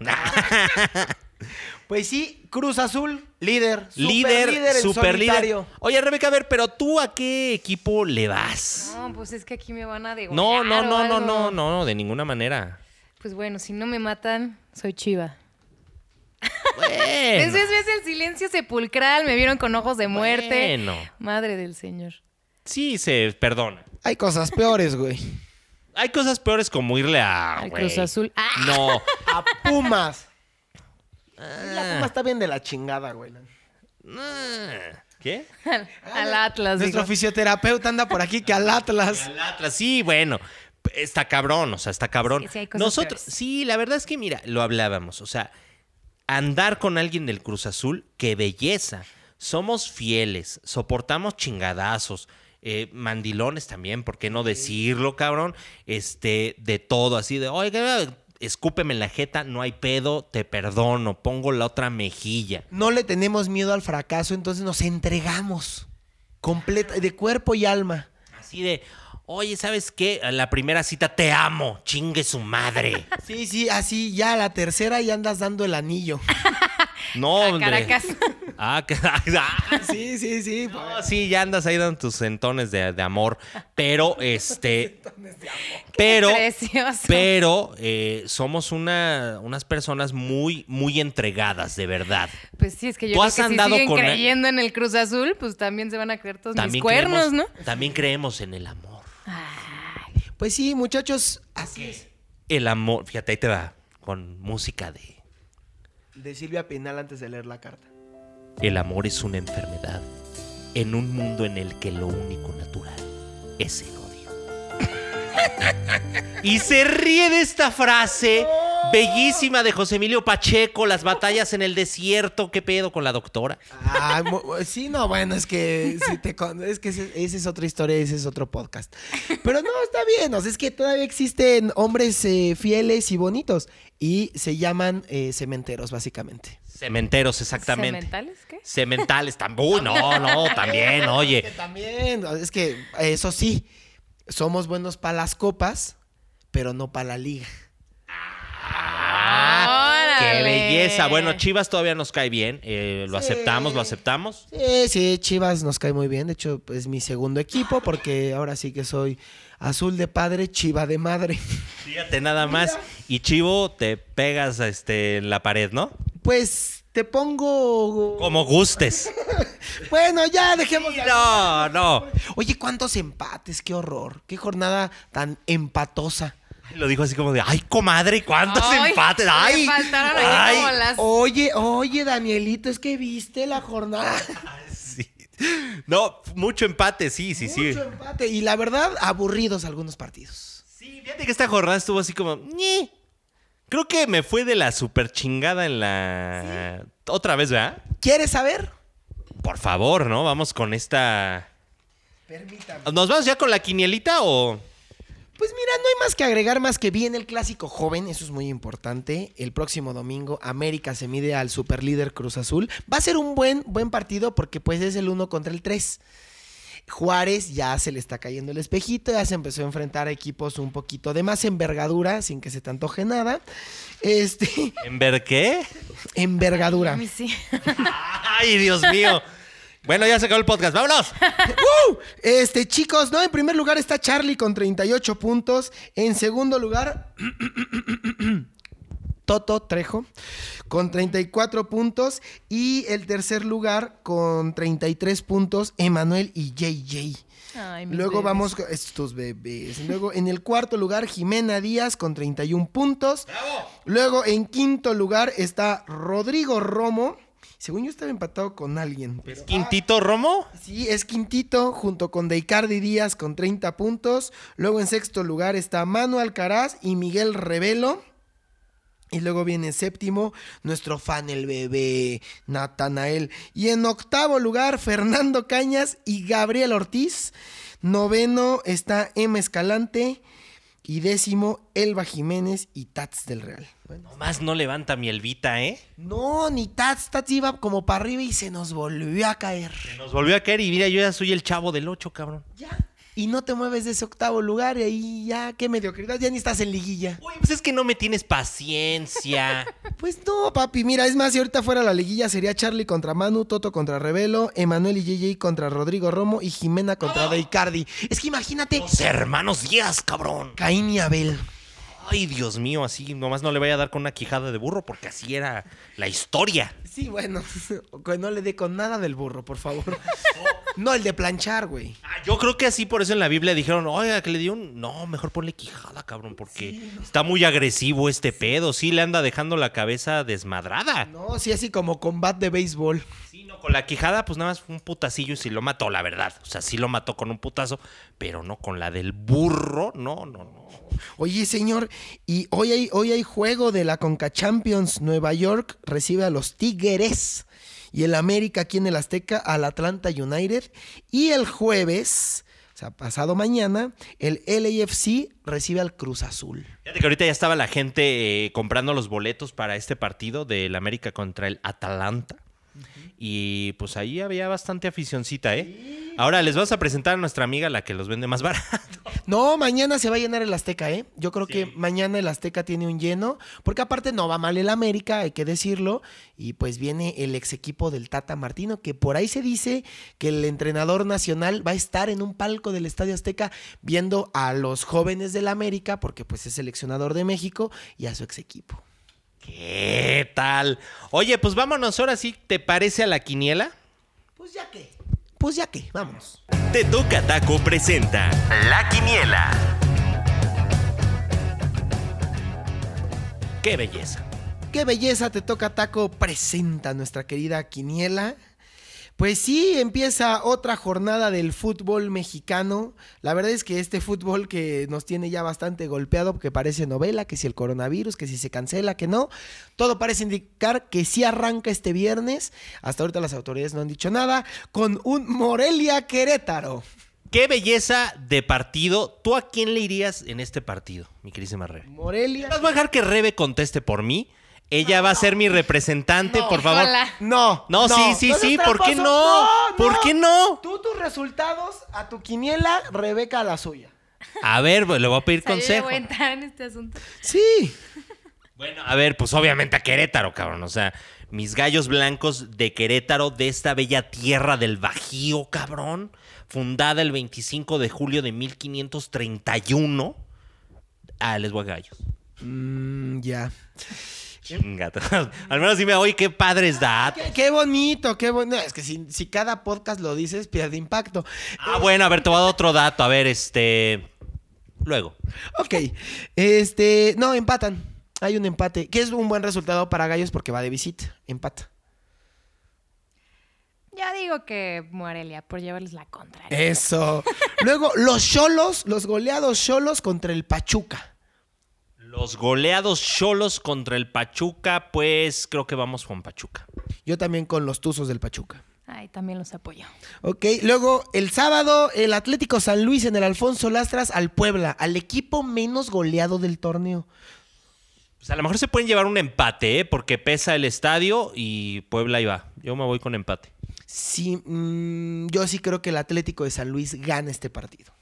Speaker 2: Pues sí, Cruz Azul, líder, super
Speaker 1: líder,
Speaker 2: en
Speaker 1: super líder.
Speaker 2: solitario.
Speaker 1: Oye, Rebeca, a ver, pero tú a qué equipo le vas?
Speaker 3: No, pues es que aquí me van a degollar.
Speaker 1: No, no,
Speaker 3: o
Speaker 1: no, no,
Speaker 3: algo.
Speaker 1: no, no, de ninguna manera.
Speaker 3: Pues bueno, si no me matan, soy chiva.
Speaker 1: Bueno.
Speaker 3: Después ves el silencio sepulcral, me vieron con ojos de muerte.
Speaker 1: Bueno.
Speaker 3: Madre del Señor.
Speaker 1: Sí, se perdona.
Speaker 2: Hay cosas peores, güey.
Speaker 1: Hay cosas peores como irle a.
Speaker 3: Al
Speaker 1: güey.
Speaker 3: Cruz Azul. ¡Ah!
Speaker 1: No.
Speaker 2: A Pumas. La Puma está bien de la chingada, güey.
Speaker 1: Ah. ¿Qué?
Speaker 3: Al Atlas.
Speaker 2: Nuestro
Speaker 3: digo.
Speaker 2: fisioterapeuta anda por aquí que al Atlas.
Speaker 1: Al Atlas, sí, bueno. Está cabrón, o sea, está cabrón.
Speaker 3: Sí, sí hay cosas
Speaker 1: Nosotros,
Speaker 3: peores.
Speaker 1: sí, la verdad es que, mira, lo hablábamos, o sea, andar con alguien del Cruz Azul, qué belleza. Somos fieles, soportamos chingadazos, eh, mandilones también, ¿por qué no decirlo, cabrón? Este, de todo, así de, oiga, escúpeme en la jeta, no hay pedo, te perdono, pongo la otra mejilla.
Speaker 2: No le tenemos miedo al fracaso, entonces nos entregamos. Completa, de cuerpo y alma.
Speaker 1: Así de, oye, ¿sabes qué? A la primera cita te amo, chingue su madre.
Speaker 2: Sí, sí, así ya a la tercera ya andas dando el anillo.
Speaker 1: No,
Speaker 3: A
Speaker 1: hombre.
Speaker 3: Caracas.
Speaker 1: Ah, que- ah,
Speaker 2: Sí, sí, sí.
Speaker 1: no, sí, ya andas ahí dando tus centones de, de amor. Pero, este. Pero.
Speaker 3: Precioso.
Speaker 1: Pero eh, somos una, unas personas muy, muy entregadas, de verdad.
Speaker 3: Pues sí, es que yo
Speaker 1: ¿Tú
Speaker 3: creo
Speaker 1: has
Speaker 3: que si
Speaker 1: andado
Speaker 3: siguen
Speaker 1: con-
Speaker 3: creyendo en el Cruz Azul, pues también se van a creer todos mis
Speaker 1: También
Speaker 3: cuernos,
Speaker 1: creemos,
Speaker 3: ¿no?
Speaker 1: También creemos en el amor.
Speaker 2: Pues sí, muchachos, así es.
Speaker 1: El amor. Fíjate, ahí te va. Con música de.
Speaker 2: De Silvia Pinal antes de leer la carta.
Speaker 1: El amor es una enfermedad. En un mundo en el que lo único natural es el odio. Y se ríe de esta frase bellísima de José Emilio Pacheco, las batallas en el desierto, qué pedo con la doctora.
Speaker 2: Ah, mu- mu- sí, no, bueno, es que si te con- es que ese- esa es otra historia, ese es otro podcast. Pero no, está bien, o sea, es que todavía existen hombres eh, fieles y bonitos y se llaman eh, cementeros, básicamente.
Speaker 1: Cementeros, exactamente.
Speaker 3: ¿Cementales? ¿Qué?
Speaker 1: Cementales, también. Uy, no, no, también,
Speaker 2: Que
Speaker 1: oye.
Speaker 2: también, o sea, es que eso sí, somos buenos para las copas, pero no para la liga.
Speaker 1: Ah, ¡Qué
Speaker 3: Órale.
Speaker 1: belleza! Bueno, Chivas todavía nos cae bien. eh, lo
Speaker 2: Sí.
Speaker 1: aceptamos, lo aceptamos.
Speaker 2: Sí, sí, Chivas nos cae muy bien. De hecho, es mi segundo equipo porque ahora sí que soy azul de padre, chiva de madre.
Speaker 1: Fíjate nada más. Y Chivo, te pegas este, en la pared, ¿no?
Speaker 2: Pues te pongo.
Speaker 1: Como gustes.
Speaker 2: Bueno, ya dejemos. de-
Speaker 1: No, no.
Speaker 2: Oye, cuántos empates, qué horror. Qué jornada tan empatosa.
Speaker 1: Lo dijo así como de, ay, comadre, ¿cuántos
Speaker 3: Ay,
Speaker 1: empates?
Speaker 3: le
Speaker 1: Ay,
Speaker 3: faltaron ahí
Speaker 1: ay".
Speaker 3: como las-
Speaker 2: Oye, oye, Danielito, es que viste la jornada.
Speaker 1: Sí. No, mucho empate, sí, sí, sí.
Speaker 2: Mucho empate. Y la verdad, aburridos algunos partidos.
Speaker 1: Sí, fíjate que esta jornada estuvo así como, "Ñe". Creo que me fue de la super chingada en la... Otra vez, ¿verdad?
Speaker 2: ¿Quieres saber?
Speaker 1: Por favor, ¿no? Vamos con esta...
Speaker 2: Permítame.
Speaker 1: ¿Nos vamos ya con la quinielita o...?
Speaker 2: Pues mira, no hay más que agregar más que bien el clásico joven, eso es muy importante. El próximo domingo América se mide al superlíder Cruz Azul. Va a ser un buen buen partido porque pues es el 1 contra el 3. Juárez ya se le está cayendo el espejito, ya se empezó a enfrentar a equipos un poquito de más envergadura, sin que se te antoje nada. Este,
Speaker 1: ¿En ver qué?
Speaker 3: A
Speaker 2: envergadura.
Speaker 3: mí sí.
Speaker 1: Ay, Dios mío. Bueno, ya se acabó el podcast, vámonos.
Speaker 2: ¡Uh! Este, chicos, no, en primer lugar está Charlie con 38 puntos. En segundo lugar, Toto Trejo con 34 puntos. Y el tercer lugar con 33 puntos, Emanuel y JJ.
Speaker 3: Ay, mis
Speaker 2: Luego
Speaker 3: bebés.
Speaker 2: vamos con estos bebés. Luego en el cuarto lugar, Jimena Díaz con 31 puntos. Luego en quinto lugar está Rodrigo Romo. Según yo estaba empatado con alguien.
Speaker 3: Pues,
Speaker 2: pero-
Speaker 1: Quintito Romo.
Speaker 2: Sí, es Quintito junto con Deicardi Díaz con 30 puntos. Luego en sexto lugar está Manu Alcaraz y Miguel Revelo. Y luego viene séptimo nuestro fan el bebé Natanael. Y en octavo lugar Fernando Cañas y Gabriel Ortiz. Noveno está M. Escalante. Y décimo Elba Jiménez y Tats del Real. Bueno.
Speaker 1: Nomás no levanta mi elvita, ¿eh?
Speaker 2: No, ni Tats, Tats iba como para arriba y se nos volvió a caer.
Speaker 1: Nos volvió a caer y mira, yo ya soy el chavo del 8, cabrón.
Speaker 2: Ya. Y no te mueves de ese octavo lugar y ahí ya, qué mediocridad, ya ni estás en liguilla.
Speaker 1: Uy, pues es que no me tienes paciencia.
Speaker 2: Pues no, papi, mira, es más, si ahorita fuera la liguilla sería Charlie contra Manu, Toto contra Revelo, Emanuel y JJ contra Rodrigo Romo y Jimena contra Deicardi. Es que imagínate,
Speaker 1: Los hermanos Díaz, cabrón.
Speaker 2: Caín y Abel.
Speaker 1: Ay, Dios mío, así nomás no le vaya a dar con una quijada de burro porque así era la historia.
Speaker 2: Sí, bueno, que no le dé con nada del burro, por favor. No, el de planchar, güey.
Speaker 1: Ah, Yo creo que así por eso en la Biblia dijeron, oiga, que le dio un... No, mejor ponle quijada, cabrón, porque está muy agresivo este pedo. Sí, le anda dejando la cabeza desmadrada.
Speaker 2: No, sí, así como combate de béisbol.
Speaker 1: Sí, no, con la quijada, pues nada más fue un putacillo y sí lo mató, la verdad. O sea, sí lo mató con un putazo, pero no con la del burro. No, no, no.
Speaker 2: Oye, señor, y hoy hay, hoy hay juego de la Conca Champions. Nueva York recibe a los Tigres. Y el América aquí en el Azteca al Atlanta United. Y el jueves, o sea, pasado mañana, el LAFC recibe al Cruz Azul.
Speaker 1: Fíjate que ahorita ya estaba la gente eh, comprando los boletos para este partido del América contra el Atalanta. Y pues ahí había bastante aficioncita, ¿eh? Ahora les vamos a presentar a nuestra amiga, la que los vende más barato.
Speaker 2: No, mañana se va a llenar el Azteca, ¿eh? Yo creo que mañana el Azteca tiene un lleno, porque aparte no va mal el América, hay que decirlo, y pues viene el ex equipo del Tata Martino, que por ahí se dice que el entrenador nacional va a estar en un palco del Estadio Azteca viendo a los jóvenes del América, porque pues es seleccionador de México, y a su ex equipo.
Speaker 1: ¿Qué tal? Oye, pues vámonos ahora sí, ¿te parece a la quiniela?
Speaker 2: Pues ya que, pues ya que, vamos.
Speaker 1: Tetuca Taco presenta La Quiniela. ¡Qué belleza!
Speaker 2: Qué belleza te toca, Taco. Presenta nuestra querida Quiniela. Pues sí, empieza otra jornada del fútbol mexicano. La verdad es que este fútbol que nos tiene ya bastante golpeado, que parece novela, que si el coronavirus, que si se cancela, que no. Todo parece indicar que sí arranca este viernes. Hasta ahorita las autoridades no han dicho nada. Con un Morelia Querétaro.
Speaker 1: ¡Qué belleza de partido! ¿Tú a quién le irías en este partido, mi querísima Rebe?
Speaker 2: Morelia.
Speaker 1: Vas a dejar que Rebe conteste por mí. Ella va a ser mi representante, por favor.
Speaker 3: Ojalá.
Speaker 2: No,
Speaker 1: No, sí, sí,
Speaker 2: seas
Speaker 1: sí, ¿por qué
Speaker 2: tramposo.
Speaker 1: no? ¿Por qué no?
Speaker 2: Tú tus resultados a tu quiniela, Rebeca a la suya.
Speaker 1: A ver, pues, le voy a pedir
Speaker 3: O sea, yo ya
Speaker 1: consejo.
Speaker 3: voy a entrar en este asunto.
Speaker 2: Sí.
Speaker 1: Bueno, a ver, pues obviamente a Querétaro, cabrón. O sea, mis gallos blancos de Querétaro, de esta bella tierra del Bajío, cabrón. Fundada el 25 de julio de 1531. Ah, les voy a gallos.
Speaker 2: Mm, ya.
Speaker 1: Chingato. Al menos dime, oye, qué padres da.
Speaker 2: Qué, qué bonito, qué bonito. Es que si, si cada podcast lo dices, pierde impacto.
Speaker 1: Ah, bueno, a ver, te voy a dar otro dato. A ver, este. Luego.
Speaker 2: Ok. Este. No, empatan. Hay un empate. Que es un buen resultado para Gallos porque va de visita. Empata.
Speaker 3: Ya digo que Morelia, por llevarles la contraria.
Speaker 2: Eh. Eso. Luego, los Cholos, los goleados Cholos contra el Pachuca.
Speaker 1: Los goleados cholos contra el Pachuca, pues creo que vamos con Pachuca.
Speaker 2: Yo también con los Tuzos del Pachuca.
Speaker 3: Ay, también los apoyo.
Speaker 2: Ok, luego el sábado el Atlético San Luis en el Alfonso Lastras al Puebla, al equipo menos goleado del torneo.
Speaker 1: Pues a lo mejor se pueden llevar un empate, ¿eh? porque pesa el estadio y Puebla ahí va. Yo me voy con empate.
Speaker 2: Sí, mm, yo sí creo que el Atlético de San Luis gana este partido.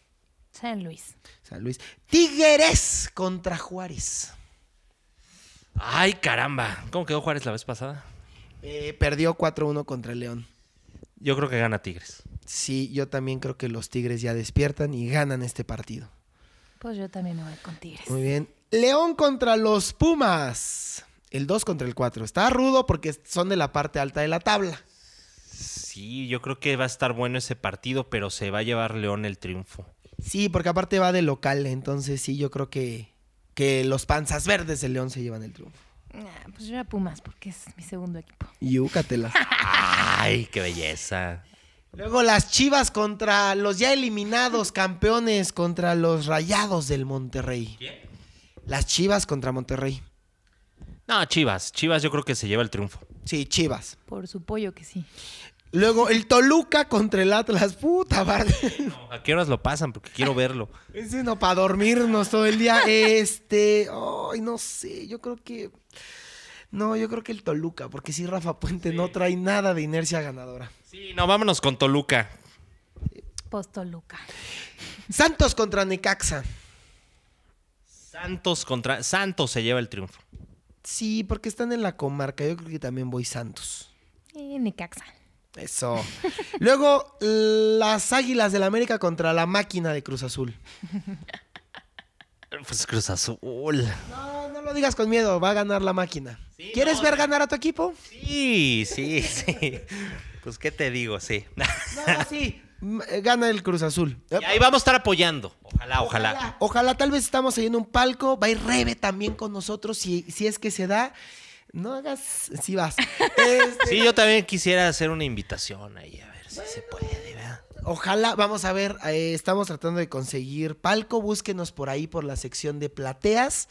Speaker 3: San Luis.
Speaker 2: San Luis. Tigres contra Juárez.
Speaker 1: Ay, caramba. ¿Cómo quedó Juárez la vez pasada?
Speaker 2: Eh, perdió 4-1 contra el León.
Speaker 1: Yo creo que gana Tigres.
Speaker 2: Sí, yo también creo que los Tigres ya despiertan y ganan este partido.
Speaker 3: Pues yo también me voy con Tigres.
Speaker 2: Muy bien. León contra los Pumas. El 2 contra el 4. Está rudo porque son de la parte alta de la tabla.
Speaker 1: Sí, yo creo que va a estar bueno ese partido, pero se va a llevar León el triunfo.
Speaker 2: Sí, porque aparte va de local, entonces sí, yo creo que, que los panzas verdes del León se llevan el triunfo.
Speaker 3: Ah, pues yo a Pumas, porque es mi segundo equipo.
Speaker 2: Yúcatela.
Speaker 1: Ay, qué belleza.
Speaker 2: Luego las Chivas contra los ya eliminados campeones contra los Rayados del Monterrey. Las Chivas contra Monterrey.
Speaker 1: No, Chivas. Chivas yo creo que se lleva el triunfo.
Speaker 2: Sí, Chivas.
Speaker 3: Por su pollo que sí.
Speaker 2: Luego el Toluca contra el Atlas. Puta madre.
Speaker 1: ¿A qué horas lo pasan? Porque quiero verlo.
Speaker 2: Ese no para dormirnos todo el día. Este, ay, no sé, yo creo que no, yo creo que el Toluca, porque sí Rafa Puente no trae nada de inercia ganadora.
Speaker 1: Sí, no, vámonos con Toluca.
Speaker 3: Postoluca.
Speaker 2: Santos contra Necaxa.
Speaker 1: Santos contra... Santos se lleva el triunfo.
Speaker 2: Sí, porque están en la comarca. Yo creo que también voy Santos.
Speaker 3: Y Necaxa.
Speaker 2: Eso. Luego, las Águilas del América contra la máquina de Cruz Azul.
Speaker 1: Pues Cruz Azul.
Speaker 2: No, no lo digas con miedo, va a ganar la máquina.
Speaker 1: Sí,
Speaker 2: ¿Quieres
Speaker 1: no,
Speaker 2: ver
Speaker 1: no.
Speaker 2: ganar a tu equipo?
Speaker 1: Sí, sí, sí. Pues qué te digo, sí.
Speaker 2: No, sí. m- eh, Gana el Cruz Azul.
Speaker 1: Y ahí vamos a estar apoyando. Ojalá, ojalá.
Speaker 2: Ojalá, tal vez estamos ahí en un palco. Va a ir Rebe también con nosotros si, si es que se da. No hagas. Si vas. Este,
Speaker 1: Sí, yo también quisiera hacer una invitación ahí, a ver si se puede, ¿verdad?
Speaker 2: Ojalá, vamos a ver, eh, estamos tratando de conseguir palco, búsquenos por ahí por la sección de plateas.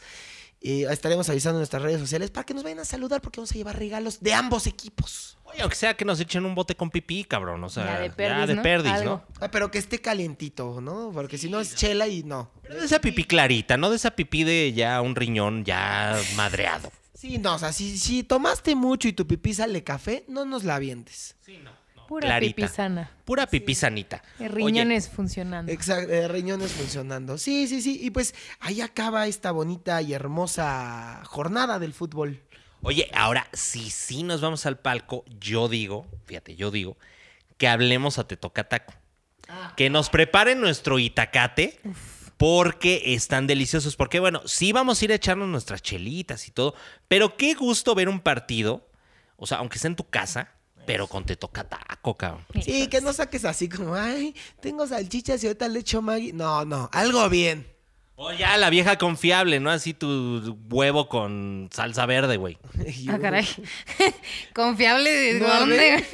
Speaker 2: Eh, estaremos avisando en nuestras redes sociales para que nos vayan a saludar porque vamos a llevar regalos de ambos equipos.
Speaker 1: Oye, aunque sea que nos echen un bote con pipí, cabrón. O sea,
Speaker 3: Ya de perdis,
Speaker 1: ya de
Speaker 3: ¿no?
Speaker 1: perdis,
Speaker 3: Algo.
Speaker 1: ¿no?
Speaker 2: Ah, pero que esté calientito, ¿no? Porque si no es chela y no.
Speaker 1: Pero de esa pipí clarita, no de esa pipí de ya un riñón ya madreado.
Speaker 2: Sí, no, o sea, si, si tomaste mucho y tu pipí sale café, no nos la avientes.
Speaker 3: Pura
Speaker 1: Clarita.
Speaker 3: pipisana.
Speaker 1: Pura pipí sanita.
Speaker 3: Eh,
Speaker 1: Oye,
Speaker 3: Riñones funcionando.
Speaker 2: Exacto, eh, riñones funcionando. Sí, sí, sí. Y pues ahí acaba esta bonita y hermosa jornada del fútbol.
Speaker 1: Oye, ahora, si sí nos vamos al palco, yo digo, fíjate, yo digo, que hablemos a Tetocataco. Que nos preparen nuestro itacate, porque están deliciosos. Porque, bueno, sí vamos a ir a echarnos nuestras chelitas y todo, pero qué gusto ver un partido, o sea, aunque sea en tu casa, pero con Tetocataco, cabrón.
Speaker 2: Sí, que no saques así como, ay, tengo salchichas y ahorita le echo Maggi. No, no, algo bien.
Speaker 1: O ya la vieja confiable, ¿no? Así tu huevo con salsa verde, güey.
Speaker 3: Ah, caray. Confiable de
Speaker 2: No,
Speaker 3: dónde.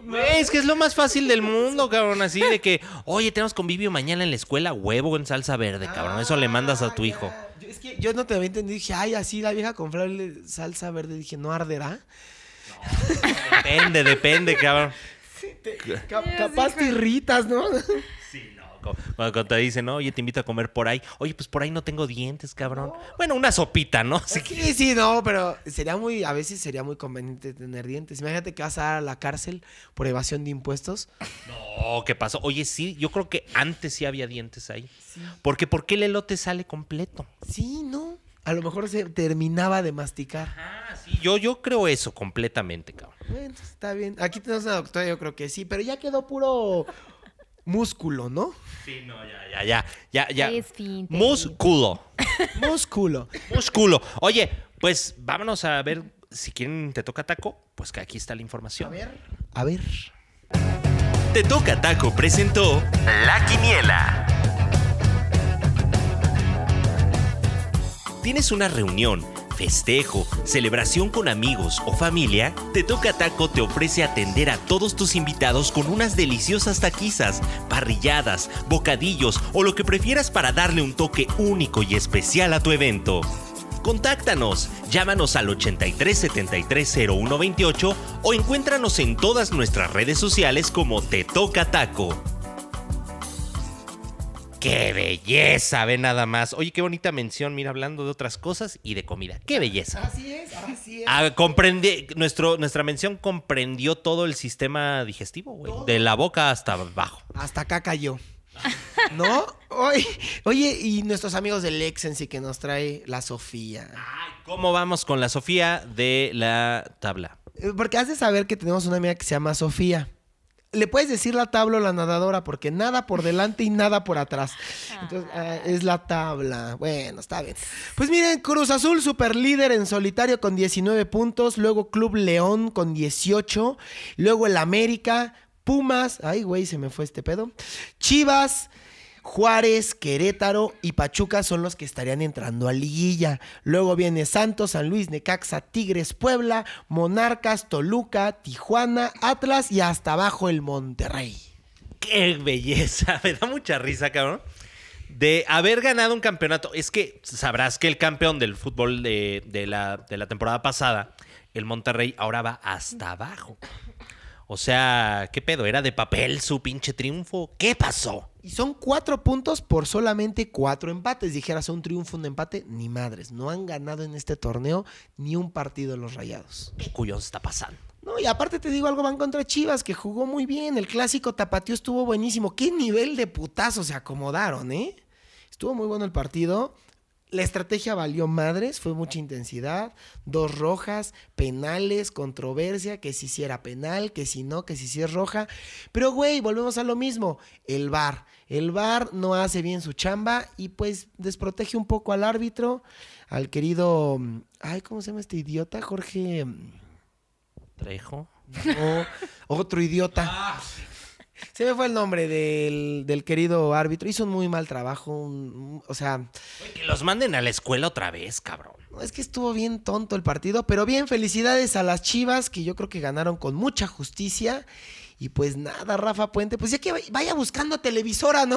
Speaker 1: Güey, Es que es lo más fácil del mundo, cabrón. Así de que, oye, tenemos convivio mañana en la escuela, huevo en salsa verde, cabrón. Eso le mandas a tu
Speaker 2: Ah,
Speaker 1: hijo.
Speaker 2: ya. Yo, es que yo no te había entendido. Dije, ay, así la vieja con flable salsa verde. Dije, ¿no arderá?
Speaker 1: Depende, depende, cabrón.
Speaker 2: Ca- capaz te irritas, ¿no?
Speaker 1: Sí, no. co- Cuando cuando te dicen, no, oye, te invito a comer por ahí. Oye, pues por ahí no tengo dientes, cabrón. Bueno, una sopita, ¿no? Sí.
Speaker 2: Sí, sí, no, pero sería muy, a veces sería muy conveniente tener dientes. Imagínate que vas a dar a la cárcel por evasión de impuestos.
Speaker 1: No, ¿qué pasó? Oye, sí, yo creo que antes sí había dientes ahí. Porque ¿por qué el elote sale completo?
Speaker 2: Sí, no. A lo mejor se terminaba de masticar.
Speaker 1: Ah, sí, yo, yo creo eso completamente, cabrón.
Speaker 2: Bueno, está bien. Aquí tenemos una doctora, yo creo que sí, pero ya quedó puro músculo, ¿no?
Speaker 1: Sí, no, ya, ya, ya, ya, ya.
Speaker 3: Esfínter.
Speaker 1: Músculo.
Speaker 2: Músculo.
Speaker 1: Músculo. Oye, pues vámonos a ver si quieren Te Toca Taco, pues que aquí está la información.
Speaker 2: A ver.
Speaker 1: Te Toca Taco presentó La Quiniela. ¿Tienes una reunión, festejo, celebración con amigos o familia? Te Toca Taco te ofrece atender a todos tus invitados con unas deliciosas taquizas, parrilladas, bocadillos o lo que prefieras para darle un toque único y especial a tu evento. Contáctanos, llámanos al 83 73 01 28 o encuéntranos en todas nuestras redes sociales como Te Toca Taco. ¡Qué belleza! Ve nada más. Oye, qué bonita mención, mira, hablando de otras cosas y de comida. ¡Qué belleza!
Speaker 2: Así es, así es.
Speaker 1: Ah, comprende, nuestro, nuestra mención comprendió todo el sistema digestivo, güey. De la boca hasta abajo.
Speaker 2: Hasta acá cayó. ¿No? Oye, oye, y nuestros amigos del Exensi que nos trae la Sofía.
Speaker 1: ¿Cómo vamos con la Sofía de la tabla?
Speaker 2: Eh, Porque has de saber que tenemos una amiga que se llama Sofía. Le puedes decir la tabla o la nadadora, porque nada por delante y nada por atrás. Entonces, ah, es la tabla. Bueno, está bien. Pues miren, Cruz Azul, super líder en solitario con 19 puntos. Luego Club León con 18. Luego el América, Pumas. Ay, güey, se me fue este pedo. Chivas. Juárez, Querétaro y Pachuca son los que estarían entrando a liguilla. Luego viene Santos, San Luis, Necaxa, Tigres, Puebla, Monarcas, Toluca, Tijuana, Atlas y hasta abajo el Monterrey.
Speaker 1: ¡Qué belleza! Me da mucha risa, cabrón. De haber ganado un campeonato. Es que sabrás que el campeón del fútbol de, de la, de la temporada pasada, el Monterrey, ahora va hasta abajo. O sea, ¿qué pedo? ¿Era de papel su pinche triunfo? ¿Qué pasó?
Speaker 2: Y son cuatro puntos por solamente cuatro empates. Dijeras un triunfo, un empate, ni madres. No han ganado en este torneo ni un partido los rayados.
Speaker 1: ¿Qué cuyón está pasando?
Speaker 2: No, y aparte te digo algo, van contra Chivas, que jugó muy bien. El clásico tapatío estuvo buenísimo. ¿Qué nivel de putazo se acomodaron, eh? Estuvo muy bueno el partido. La estrategia valió madres, fue mucha intensidad, dos rojas, penales, controversia, que si sí era penal, que si no, que si sí es roja. Pero güey, volvemos a lo mismo, el VAR. El VAR no hace bien su chamba y pues desprotege un poco al árbitro, al querido, mm, ay, ¿cómo se llama este idiota? Jorge, mm,
Speaker 1: Trejo.
Speaker 2: no, otro idiota. Se me fue el nombre del, del querido árbitro. Hizo un muy mal trabajo. un- un- o sea,
Speaker 1: Güey, Que los manden a la escuela otra vez, cabrón.
Speaker 2: no, es que estuvo bien tonto el partido, pero bien, felicidades a las Chivas, que yo creo que ganaron con mucha justicia. Y pues nada, Rafa Puente, pues ya que vay- vaya buscando televisora, ¿no?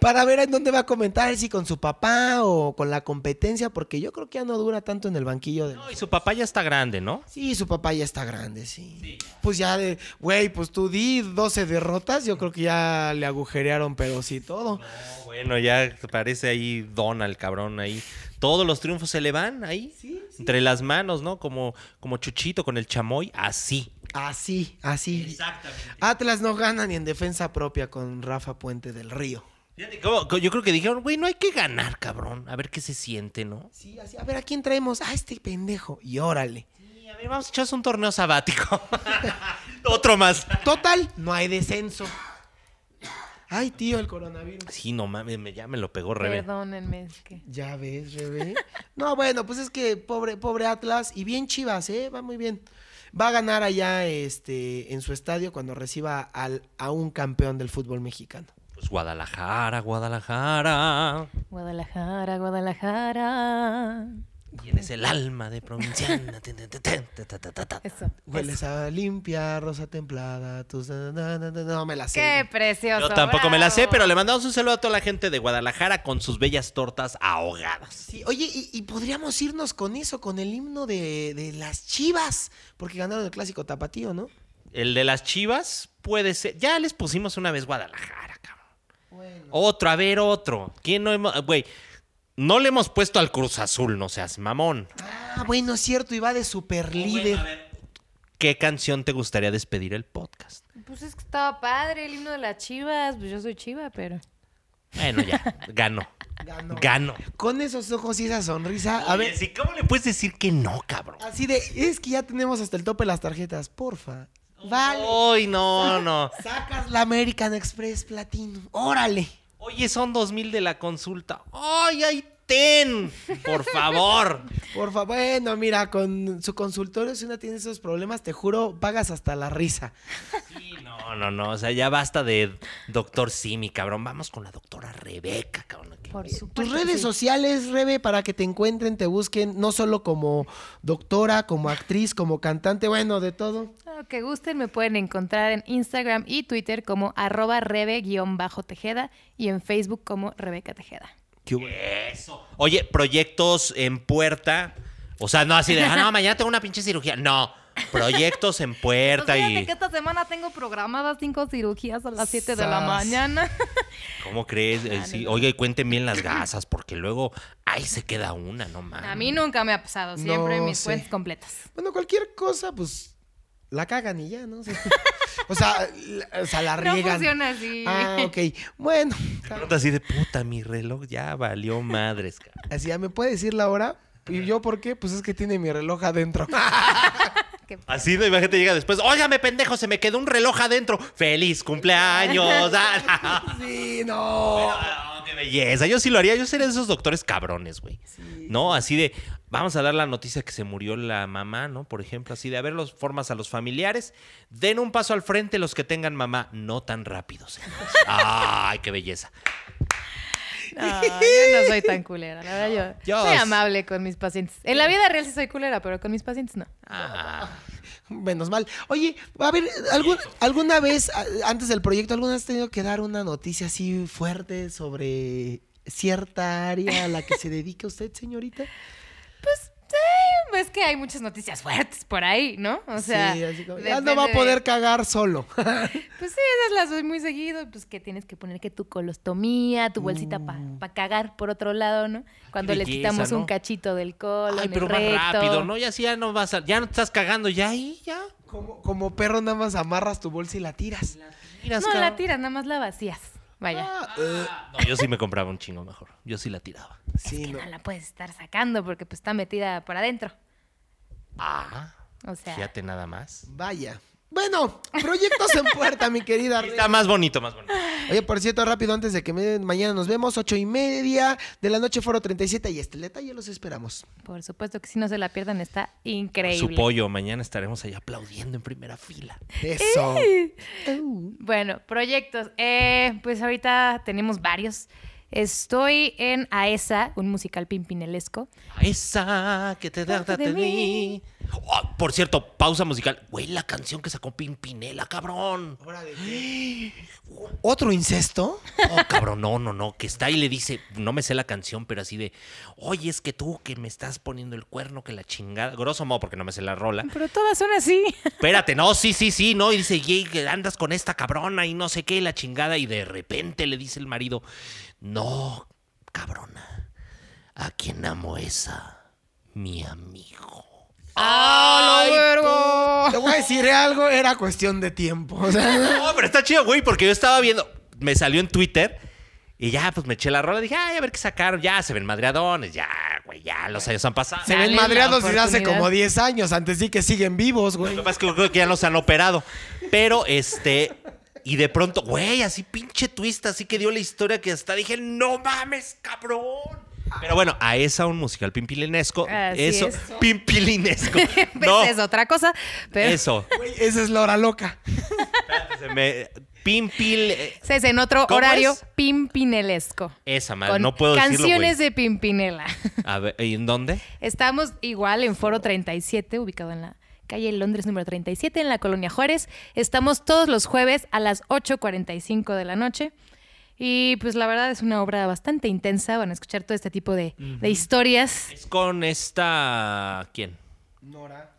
Speaker 2: Para ver en dónde va a comentar, si con su papá o con la competencia, porque yo creo que ya no dura tanto en el banquillo. De...
Speaker 1: No, y su papá ya está grande, ¿no?
Speaker 2: Sí, su papá ya está grande, sí. Pues ya de, güey, pues tú di 12 derrotas, yo creo que ya le agujerearon, pero sí todo.
Speaker 1: Bueno, ya parece ahí Don al cabrón ahí. Todos los triunfos se le van ahí. Entre las manos, ¿no? Como, como Chuchito con el chamoy, así.
Speaker 2: Así, así.
Speaker 1: Exactamente.
Speaker 2: Atlas no gana ni en defensa propia con Rafa Puente del Río.
Speaker 1: yo creo que dijeron, güey, no hay que ganar, cabrón. A ver qué se siente, ¿no?
Speaker 2: Sí, así, a ver, ¿a quién traemos? A este pendejo. Y órale.
Speaker 1: Sí, a ver, vamos a echarse un torneo sabático. Otro más.
Speaker 2: Total, no hay descenso. Ay, tío, el coronavirus.
Speaker 1: Sí, no mames, me- ya me lo pegó Rebe.
Speaker 3: Perdónenme, es que.
Speaker 2: Ya ves, Rebe. No, bueno, pues es que pobre, pobre Atlas. Y bien Chivas, ¿eh? Va muy bien. Va a ganar allá este, en su estadio cuando reciba al, a un campeón del fútbol mexicano.
Speaker 1: Pues Guadalajara, Guadalajara.
Speaker 3: Guadalajara, Guadalajara.
Speaker 1: Tienes el alma de provinciana. Tin, tin, tin, tin, ta, ta, ta, ta, ta.
Speaker 3: Eso.
Speaker 2: Hueles a limpia, rosa templada, tus... na, na, na, na, No me la sé.
Speaker 3: Qué precioso.
Speaker 1: Yo tampoco me la sé,
Speaker 3: bravo.
Speaker 1: pero le mandamos un saludo a toda la gente de Guadalajara con sus bellas tortas ahogadas.
Speaker 2: Sí, oye, y, y podríamos irnos con eso, con el himno de, de las Chivas, porque ganaron el clásico tapatío, ¿no?
Speaker 1: El de las chivas puede ser. Ya les pusimos una vez Guadalajara, cabrón.
Speaker 2: Bueno.
Speaker 1: Otro, a ver, otro. ¿Quién no hemos.? Güey, no le hemos puesto al Cruz Azul, no seas mamón.
Speaker 2: Ah, bueno, es cierto, iba de super líder.
Speaker 1: ¿Qué canción te gustaría despedir el podcast?
Speaker 3: Pues es que estaba padre el himno de las chivas. Pues yo soy chiva, pero.
Speaker 1: Bueno, ya, ganó.
Speaker 2: Ganó.
Speaker 1: Ganó.
Speaker 2: Con esos ojos y esa sonrisa, a ver,
Speaker 1: Sí, ¿Cómo le puedes decir que no, cabrón?
Speaker 2: así de, es que ya tenemos hasta el tope las tarjetas, porfa. Vale.
Speaker 1: Ay, no, no.
Speaker 2: Sacas la American Express Platino. Órale.
Speaker 1: Oye, son dos mil de la consulta. ¡Ay, ay, ten! Por favor.
Speaker 2: Porfa, bueno, mira, con su consultorio, si una tiene esos problemas, te juro, pagas hasta la risa.
Speaker 1: Sí, no, no, no. O sea, ya basta de doctor Simi, cabrón. Vamos con la doctora Rebeca, cabrón. aquí.
Speaker 3: Por supuesto.
Speaker 2: Tus
Speaker 3: que
Speaker 2: redes
Speaker 3: sí.
Speaker 2: sociales, Rebe, para que te encuentren, te busquen, no solo como doctora, como actriz, como cantante, bueno, de todo.
Speaker 3: Lo que gusten me pueden encontrar en Instagram y Twitter como arroba rebe-tejeda y en Facebook como Rebeca Tejeda.
Speaker 1: Eso. Oye, proyectos en puerta. O sea, no así de, ah, no, mañana tengo una pinche cirugía. No, proyectos en
Speaker 3: Pues
Speaker 1: puerta
Speaker 3: fíjate
Speaker 1: y.
Speaker 3: que esta semana tengo programadas cinco cirugías a las 7 de la
Speaker 2: Sas.
Speaker 3: mañana.
Speaker 1: ¿Cómo
Speaker 3: Ah,
Speaker 1: crees? Eh, sí, oye, y cuenten bien las gasas, porque luego ahí se queda una, no mames.
Speaker 3: A mí nunca me ha pasado, siempre
Speaker 2: No
Speaker 3: mis
Speaker 2: sé.
Speaker 3: cuentas completas.
Speaker 2: Bueno, cualquier cosa, pues la cagan y ya, ¿no? O sea, o sea, la, o sea, la
Speaker 3: No
Speaker 2: riegan.
Speaker 3: funciona así.
Speaker 2: Ah, ok. Bueno,
Speaker 1: De pronto así de puta, mi reloj ya valió madres, cabrón.
Speaker 2: así ya me puede decir la hora. ¿Y yo por qué? Pues es que tiene mi reloj adentro. Ah,
Speaker 3: Qué-
Speaker 1: Así de imagínate llega después, óigame pendejo, se me quedó un reloj adentro. ¡Feliz cumpleaños! ¡Ah, no!
Speaker 2: sí, no.
Speaker 1: Ah, ¡Qué belleza! Yo sí lo haría, yo sería de esos doctores cabrones, güey. No, así de, vamos a dar la noticia que se murió la mamá, ¿no? Por ejemplo, así de, a ver, los formas a los familiares, den un paso al frente los que tengan mamá, no tan rápido, señores. ¡Ay, qué belleza!
Speaker 3: No, yo no soy tan culera, la verdad yo,
Speaker 1: Yo
Speaker 3: soy
Speaker 1: s-
Speaker 3: amable con mis pacientes. En la vida real sí soy culera, pero con mis pacientes no.
Speaker 1: Ah.
Speaker 2: Menos mal. Oye, a ver, ¿algún- ¿alguna vez, a- antes del proyecto, alguna vez has tenido que dar una noticia así fuerte sobre cierta área a la que se dedica usted, señorita?
Speaker 3: Pues Es que hay muchas noticias fuertes por ahí, ¿no? O sea,
Speaker 2: sí, así como, ya no
Speaker 3: depende
Speaker 2: va a
Speaker 3: de-
Speaker 2: poder cagar solo.
Speaker 3: Pues sí, esas las doy muy seguido. Pues que tienes que poner que tu colostomía, tu bolsita para
Speaker 2: Mm.
Speaker 3: cagar por otro lado, ¿no? Cuando le
Speaker 1: belleza,
Speaker 3: quitamos un
Speaker 1: ¿no?
Speaker 3: cachito del colon,
Speaker 1: Ay,
Speaker 3: el
Speaker 1: pero más
Speaker 3: recto.
Speaker 1: rápido, ¿no? Ya sí, ya no vas a, ya no te estás cagando, ya ahí, ya.
Speaker 2: Como, como perro nada más amarras tu bolsa y la tiras. Ah,
Speaker 1: Miras,
Speaker 3: No,
Speaker 1: cabrón.
Speaker 3: la tiras, nada más la vacías.
Speaker 1: Ah,
Speaker 3: Vaya.
Speaker 1: No, yo sí me compraba un chingo mejor. Yo sí la tiraba.
Speaker 2: eh, Sí, no.
Speaker 3: No la puedes estar sacando porque pues está metida para adentro.
Speaker 1: Ah,
Speaker 3: O sea,
Speaker 1: fíjate nada más.
Speaker 2: Vaya. Bueno, proyectos en puerta, mi querida.
Speaker 1: Sí,
Speaker 2: Rey.
Speaker 1: Está más bonito, más bonito.
Speaker 2: Oye, por cierto, rápido, antes de que me- mañana nos vemos, ocho y media de la noche, Foro 37 y Esteleta, ya los esperamos.
Speaker 3: por supuesto que si no se la pierdan está increíble.
Speaker 1: Su pollo, mañana estaremos ahí aplaudiendo en primera fila.
Speaker 2: Eso.
Speaker 3: Eh. Uh. Bueno, proyectos. Eh, pues ahorita tenemos varios. Estoy en AESA, un musical pimpinelesco.
Speaker 1: A Esa que te da
Speaker 3: Parte de
Speaker 1: de
Speaker 3: mí.
Speaker 1: mí. Oh, por cierto, pausa musical. Güey, la canción que sacó Pimpinela, cabrón.
Speaker 2: ¿Otro incesto?
Speaker 1: Oh, cabrón, no, no, no. Que está y le dice, no me sé la canción, pero así de, oye, es que tú que me estás poniendo el cuerno, que la chingada. Grosso modo, porque no me sé la rola.
Speaker 3: Pero todas son así.
Speaker 1: Espérate, no, sí, sí, sí, no. Y dice, "Yey, que andas con esta cabrona y no sé qué, la chingada. Y de repente le dice el marido, no, cabrona, a quien amo esa, mi amigo.
Speaker 3: ¡Ah, la verga!
Speaker 2: Te voy a decir eh, algo, era cuestión de tiempo. O sea,
Speaker 1: No, pero está chido, güey, porque yo estaba viendo, me salió en Twitter y ya, pues me eché la rola. Dije, ay, a ver qué sacaron. Ya, se ven madreadones, ya, güey, ya, los años han pasado.
Speaker 2: se
Speaker 3: Dale
Speaker 2: ven
Speaker 3: la
Speaker 2: madreados desde hace
Speaker 3: oportunidad.
Speaker 2: como 10 años, antes sí que siguen vivos, güey.
Speaker 1: Lo que pasa es que yo creo que ya los han operado. Pero este. Y de pronto, güey, así pinche twist, así que dio la historia que hasta dije, no mames, cabrón. Pero bueno, a esa un musical pimpilinesco.
Speaker 3: Así
Speaker 1: eso,
Speaker 3: es.
Speaker 1: pimpilinesco.
Speaker 3: Pues
Speaker 1: no,
Speaker 3: es otra cosa. Pero
Speaker 1: eso.
Speaker 2: Güey, Esa es la hora loca.
Speaker 1: Espérate, se me- pimpil. eh,
Speaker 3: ese es en otro
Speaker 1: ¿Cómo
Speaker 3: horario
Speaker 1: es?
Speaker 3: pimpinelesco.
Speaker 1: Esa madre,
Speaker 3: Con
Speaker 1: no puedo
Speaker 3: canciones
Speaker 1: decirlo.
Speaker 3: de Pimpinela.
Speaker 1: güey. A ver, ¿y en dónde?
Speaker 3: Estamos igual en Foro 37, ubicado en la calle Londres número 37, en la colonia Juárez. Estamos todos los jueves a las 8.45 de la noche. Y pues la verdad es una obra bastante intensa. Van a escuchar todo este tipo de, de historias.
Speaker 1: Es con esta. ¿Quién?
Speaker 2: Nora.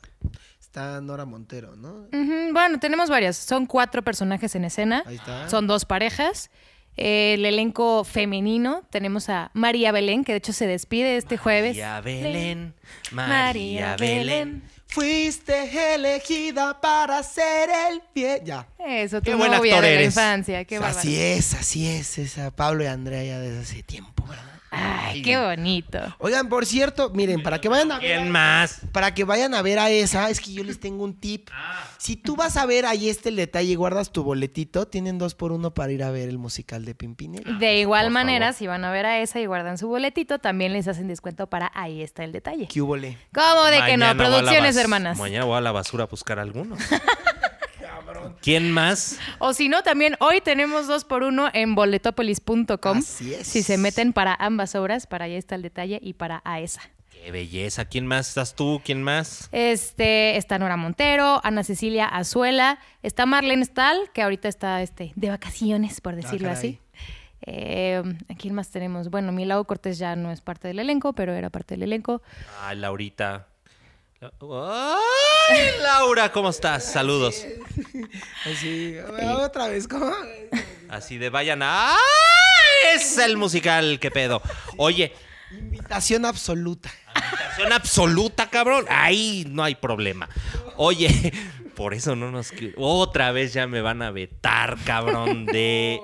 Speaker 2: Está Nora Montero, ¿no?
Speaker 3: Ujú, Bueno, tenemos varias. Son cuatro personajes en escena.
Speaker 2: Ahí está.
Speaker 3: Son dos parejas. Eh, El elenco femenino. Tenemos a María Belén, que de hecho se despide este jueves.
Speaker 1: María Belén.
Speaker 3: María
Speaker 1: María Belén.
Speaker 2: Fuiste elegida para ser el pie. Ya.
Speaker 3: Eso,
Speaker 1: Qué
Speaker 3: tu
Speaker 1: buen
Speaker 3: novia
Speaker 1: actor
Speaker 3: de la
Speaker 1: eres.
Speaker 3: infancia. Qué bárbaro.
Speaker 2: así es, así es. Esa Pablo y Andrea ya desde hace tiempo, ¿verdad?
Speaker 3: Ay, qué bonito.
Speaker 2: Oigan, por cierto, miren, para que vayan a ver.
Speaker 1: ¿Quién más?
Speaker 2: Para que vayan a ver a esa, es que yo les tengo un tip. Si tú vas a ver ahí este el detalle y guardas tu boletito, tienen dos por uno para ir a ver el musical de Pimpinela.
Speaker 3: De igual
Speaker 1: por
Speaker 3: manera,
Speaker 1: favor.
Speaker 3: si van a ver a esa y guardan su boletito, también les hacen descuento para ahí está el detalle.
Speaker 2: ¿Qué hubo, le?
Speaker 3: ¿Cómo de que
Speaker 1: Mañana
Speaker 3: no?
Speaker 1: voy a la
Speaker 3: Producciones
Speaker 1: bas-
Speaker 3: hermanas.
Speaker 1: Mañana voy a la basura a buscar algunos. ¿Quién más?
Speaker 3: O si no, también hoy tenemos dos por uno en boletopolis.com.
Speaker 2: Así es.
Speaker 3: Si se meten para ambas obras, para ahí está el detalle y para a esa.
Speaker 1: Qué belleza. ¿Quién más estás tú? ¿Quién más?
Speaker 3: Este, está Nora Montero, Ana Cecilia Azuela, está Marlene Stahl, que ahorita está este, de vacaciones, por decirlo así.
Speaker 2: caray.
Speaker 3: Eh, ¿A quién más tenemos? Bueno, Milao Cortés ya no es parte del elenco, pero era parte del elenco.
Speaker 1: Ay, Laurita. Ay, Laura, ¿cómo estás? Saludos.
Speaker 2: Así, a ver, otra vez, ¿cómo?
Speaker 1: Así de vayan a... ¡Ay! Es el musical, qué pedo. Oye,
Speaker 2: Invitación absoluta.
Speaker 1: invitación absoluta, cabrón. Ahí no hay problema. Oye, por eso no nos... qui- Otra vez ya me van a vetar, cabrón, de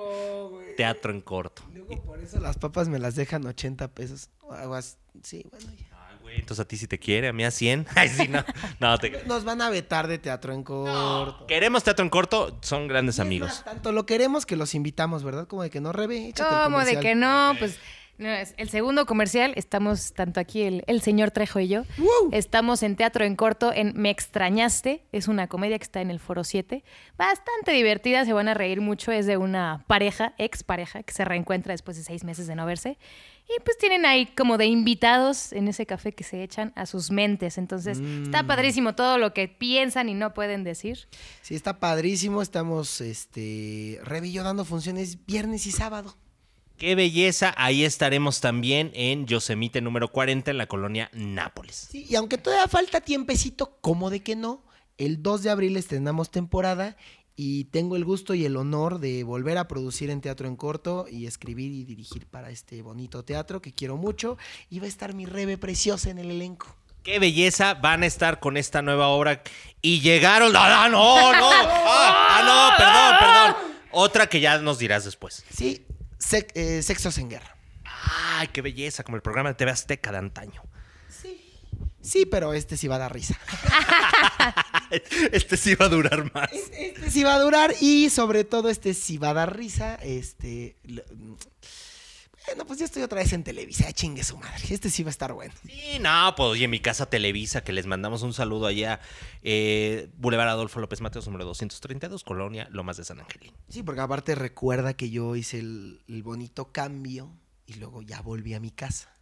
Speaker 1: teatro en corto.
Speaker 2: Luego por eso las papas me las dejan 80 pesos. o algo así. Sí, bueno, ya.
Speaker 1: Ay, güey, entonces a ti si te quiere, a mí a 100. Ay, sí, no. No, te creas.
Speaker 2: Nos van a vetar de teatro en corto.
Speaker 1: Queremos teatro en corto, son grandes amigos.
Speaker 2: Tanto lo queremos que los invitamos, ¿verdad? Como de que no, Rebe, échate el
Speaker 3: ¿Cómo de
Speaker 2: comercial.
Speaker 3: que no? Pues no, es el segundo comercial, estamos tanto aquí el, el señor Trejo y yo.
Speaker 2: ¡Woo!
Speaker 3: Estamos en Teatro en Corto en Me Extrañaste, es una comedia que está en el Foro 7. Bastante divertida, se van a reír mucho, es de una pareja, ex pareja, que se reencuentra después de seis meses de no verse. Y pues tienen ahí como de invitados en ese café que se echan a sus mentes. Entonces
Speaker 2: Mm.
Speaker 3: está padrísimo todo lo que piensan y no pueden decir.
Speaker 2: Sí, está padrísimo. Estamos, este, Rebe y yo dando funciones viernes y sábado.
Speaker 1: Qué belleza, ahí estaremos también en Yosemite número 40 en la colonia Nápoles.
Speaker 2: Sí, y aunque todavía falta tiempecito, ¿cómo de que no? El 2 de abril estrenamos temporada y tengo el gusto y el honor de volver a producir en Teatro en Corto y escribir y dirigir para este bonito teatro que quiero mucho. Y va a estar mi Rebe preciosa en el elenco.
Speaker 1: Qué belleza, van a estar con esta nueva obra y llegaron. ¡Ah, no, no! ¡Ah, ah, no! Perdón, perdón. Otra que ya nos dirás después.
Speaker 2: Sí, sec- eh, sexos en guerra.
Speaker 1: Ay, qué belleza, como el programa de TV Azteca de antaño.
Speaker 2: Sí, pero este sí va a dar risa.
Speaker 1: Este sí va a durar más.
Speaker 2: Este sí va a durar y sobre todo este sí va a dar risa. Este. lo- mm, bueno, pues ya estoy otra vez en Televisa, ya chingue su madre. Este sí va a estar bueno.
Speaker 1: Sí, no, pues y en mi casa Televisa, que les mandamos un saludo allá, eh, Boulevard Adolfo López Mateos, número 232, Colonia, Lomas de San Angelín.
Speaker 2: Sí, porque aparte recuerda que yo hice el, el bonito cambio y luego ya volví a mi casa.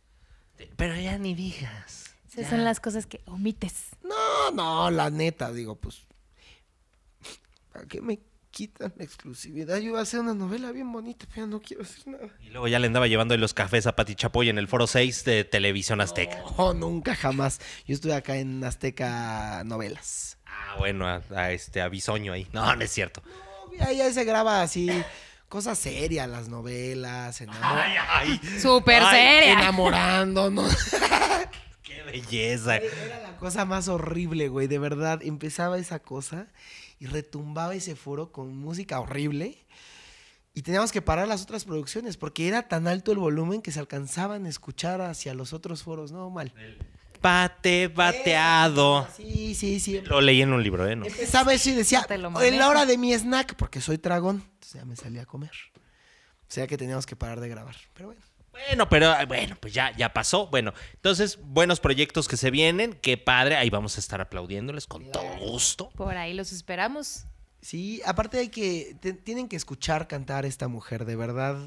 Speaker 1: Pero ya ni digas.
Speaker 3: Esas son las cosas que omites.
Speaker 2: No, no, la neta, digo, pues. ¿Para qué me quitan la exclusividad? Yo iba a hacer una novela bien bonita, pero ya no quiero hacer nada.
Speaker 1: Y luego ya le andaba llevando ahí los cafés a Pati Chapoy en el Foro 6 de Televisión Azteca.
Speaker 2: Oh, nunca jamás. Yo estuve acá en Azteca Novelas.
Speaker 1: Ah, bueno, a, a este, a Bisoño ahí. No, no es cierto.
Speaker 2: Ahí, ahí se graba así cosas serias, las novelas, enamo-
Speaker 1: Ay, ay,
Speaker 3: Súper seria.
Speaker 2: enamorándonos.
Speaker 1: qué belleza.
Speaker 2: Era la cosa más horrible, güey, de verdad. Empezaba esa cosa y retumbaba ese foro con música horrible. Y teníamos que parar las otras producciones porque era tan alto el volumen que se alcanzaban a escuchar hacia los otros foros. No, mal.
Speaker 1: Bate, bateado.
Speaker 2: Sí, sí, sí.
Speaker 1: Lo leí en un libro, ¿eh? No.
Speaker 2: Empezaba eso y decía,
Speaker 3: No te lo
Speaker 2: en
Speaker 3: manejo".
Speaker 2: la hora de mi snack, porque soy tragón. Entonces ya me salía a comer. O sea que teníamos que parar de grabar. Pero bueno.
Speaker 1: Bueno, pero eh, bueno, pues ya, ya pasó. Bueno, entonces, buenos proyectos que se vienen. Qué padre. Ahí vamos a estar aplaudiéndoles con todo gusto.
Speaker 3: Por ahí los esperamos.
Speaker 2: Sí, aparte hay que, te- tienen que escuchar cantar esta mujer, de verdad.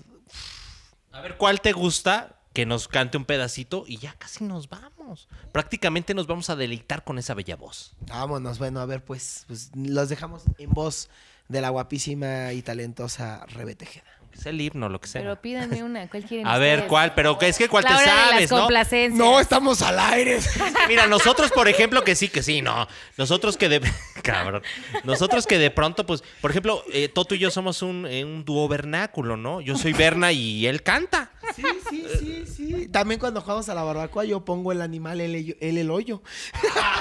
Speaker 1: A ver, ¿cuál te gusta? Que nos cante un pedacito y ya casi nos vamos. Prácticamente nos vamos a deleitar con esa bella voz.
Speaker 2: Vámonos, bueno, a ver, pues, pues los dejamos en voz de la guapísima y talentosa Rebe Tejeda.
Speaker 1: Que sea el himno, lo que sea.
Speaker 3: Pero pídanme una. ¿Cuál quieren
Speaker 1: a ver,
Speaker 3: ustedes?
Speaker 1: ¿cuál? Pero es que ¿cuál
Speaker 3: La
Speaker 1: te
Speaker 3: hora de las
Speaker 1: sabes, no?
Speaker 3: complacencias.
Speaker 2: estamos al aire.
Speaker 1: Mira, nosotros, por ejemplo, que sí, que sí, no. Nosotros que de. Cabrón. Nosotros que de pronto, pues, por ejemplo, eh, Toto y yo somos un, eh, un dúo vernáculo, ¿no? Yo soy Berna y él canta.
Speaker 2: Sí, sí, sí, sí. También cuando jugamos a la barbacoa yo pongo el animal, él, él el hoyo.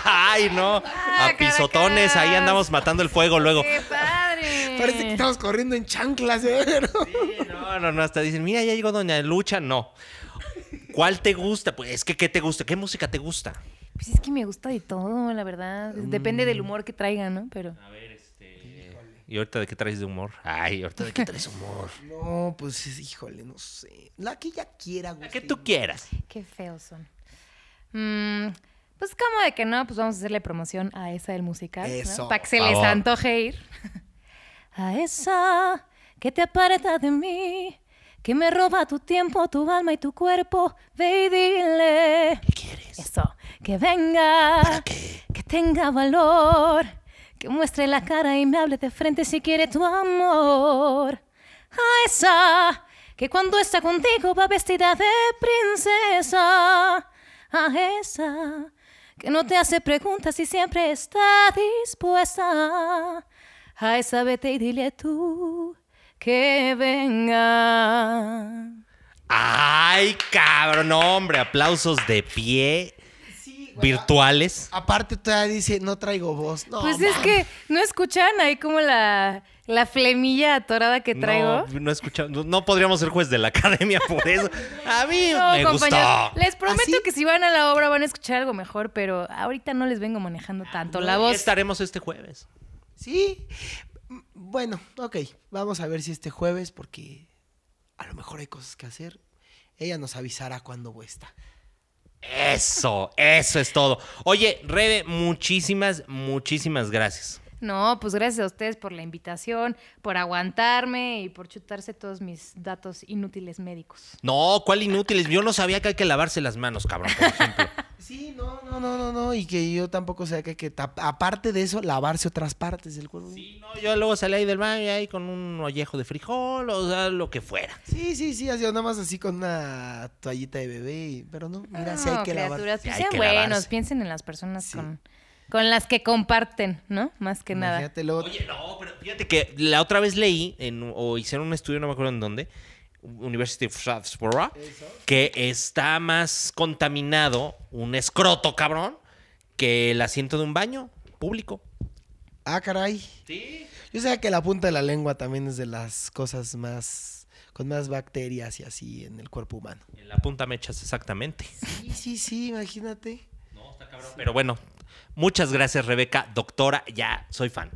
Speaker 1: Ay, no. A pisotones, ahí andamos matando el fuego luego.
Speaker 3: ¡Qué padre!
Speaker 2: Parece que estamos corriendo en chanclas, ¿eh? Pero-
Speaker 1: Sí, no, no, no. Hasta dicen, mira, ya llegó Doña Lucha. No. ¿Cuál te gusta? Pues es que, ¿qué te gusta? ¿Qué música te gusta?
Speaker 3: Pues es que me gusta de todo, la verdad.
Speaker 1: Mm.
Speaker 3: Depende del humor que traigan, ¿no? Pero.
Speaker 1: ¿Y ahorita de qué traes de humor? Ay, ahorita de qué traes humor.
Speaker 2: No, pues, híjole, no sé. La que ella quiera, güey.
Speaker 1: La que tú quieras.
Speaker 3: Qué feos son. Mm, pues como de que no, pues vamos a hacerle promoción a esa del musical.
Speaker 2: Eso,
Speaker 3: Para que se
Speaker 1: por
Speaker 3: les
Speaker 1: favor.
Speaker 3: antoje ir. a esa que te aparta de mí, que me roba tu tiempo, tu alma y tu cuerpo. Ve y dile. ¿Qué quieres? Eso. Que venga. Que tenga valor. Que muestre la cara y me hable de frente si quiere tu amor. A esa que cuando está contigo va vestida de princesa. A esa que no te hace preguntas y siempre está dispuesta. A esa vete y dile tú que venga.
Speaker 1: Ay, cabrón, no, hombre, aplausos de pie virtuales.
Speaker 2: Aparte todavía dice, no traigo voz. No,
Speaker 3: pues es
Speaker 2: man.
Speaker 3: que no escuchan ahí como la, la flemilla atorada que traigo.
Speaker 1: No, no escucha- no- no podríamos ser juez de la academia por eso. A mí
Speaker 3: No,
Speaker 1: me ¿Ah,
Speaker 3: compañeros,
Speaker 1: gustó.
Speaker 3: les prometo
Speaker 2: ¿Así?
Speaker 3: que si van a la obra van a escuchar algo mejor, pero ahorita no les vengo manejando tanto la
Speaker 1: Ah, Y
Speaker 3: voz.
Speaker 1: estaremos este jueves.
Speaker 2: Sí. Mm, Bueno, ok. Vamos a ver si este jueves, porque a lo mejor hay cosas que hacer. Ella nos avisará cuando está.
Speaker 1: Eso, eso es todo. Oye, Rebe, muchísimas, muchísimas gracias.
Speaker 3: No, pues gracias a ustedes por la invitación, por aguantarme y por chutarse todos mis datos inútiles médicos.
Speaker 1: No, cuál inútiles. Yo no sabía que hay que lavarse las manos, cabrón, por ejemplo.
Speaker 2: Sí, no, no, no, no, no. Y que yo tampoco sé que, hay que tap- aparte de eso, lavarse otras partes del cuerpo. Sí.
Speaker 1: Sí, no, yo luego salí ahí del baño y ahí con un ollejo de frijol, o sea, lo que fuera.
Speaker 2: Sí, sí, así, nada más así con una toallita de bebé, y- pero no, mira, sí hay
Speaker 3: No,
Speaker 2: que lavar.
Speaker 3: criaturas,
Speaker 1: Sí,
Speaker 3: pues
Speaker 1: hay
Speaker 3: sean
Speaker 1: que
Speaker 3: buenos,
Speaker 1: lavarse.
Speaker 3: piensen en las personas
Speaker 2: Sí.
Speaker 3: con, con las que comparten, ¿no? Más que nada.
Speaker 2: Imagínate luego-
Speaker 1: Oye, no, pero fíjate que la otra vez leí en- o hicieron un estudio, no me acuerdo en dónde, University of Shaftesbury, que está más contaminado un escroto, cabrón, que el asiento de un baño público.
Speaker 2: Ah, caray.
Speaker 1: Sí.
Speaker 2: Yo sabía que la punta de la lengua también es de las cosas más con más bacterias y así en el cuerpo humano.
Speaker 1: En la punta mechas, exactamente.
Speaker 2: Sí, sí, sí, imagínate.
Speaker 1: Pero bueno, muchas gracias, Rebeca, doctora. Ya soy fan.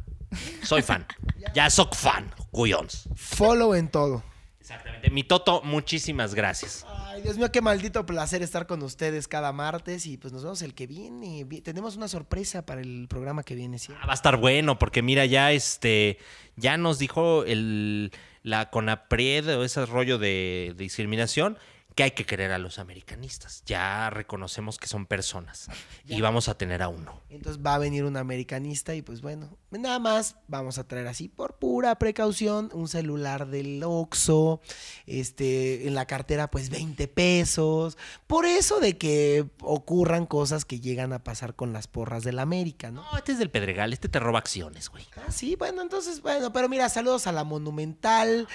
Speaker 1: Soy fan. ya soy fan, Cuyons.
Speaker 2: Follow en todo.
Speaker 1: Exactamente. Mi Toto, muchísimas gracias.
Speaker 2: Ay, Dios mío, qué maldito placer estar con ustedes cada martes y pues nos vemos el que viene. Vi- Tenemos una sorpresa para el programa que viene, ¿sí?
Speaker 1: Ah, va a estar bueno, porque mira, ya este, ya nos dijo el, la CONAPRED o ese rollo de, de discriminación que hay que querer a los americanistas. Ya reconocemos que son personas y vamos a tener a uno.
Speaker 2: Entonces va a venir un americanista y pues bueno, nada más vamos a traer así por pura precaución un celular del Oxxo, este, en la cartera pues 20 pesos, por eso de que ocurran cosas que llegan a pasar con las porras del América, ¿no?
Speaker 1: No, este es del Pedregal, este te roba acciones, güey.
Speaker 2: Ah, sí, bueno, entonces, bueno, pero mira, saludos a la Monumental.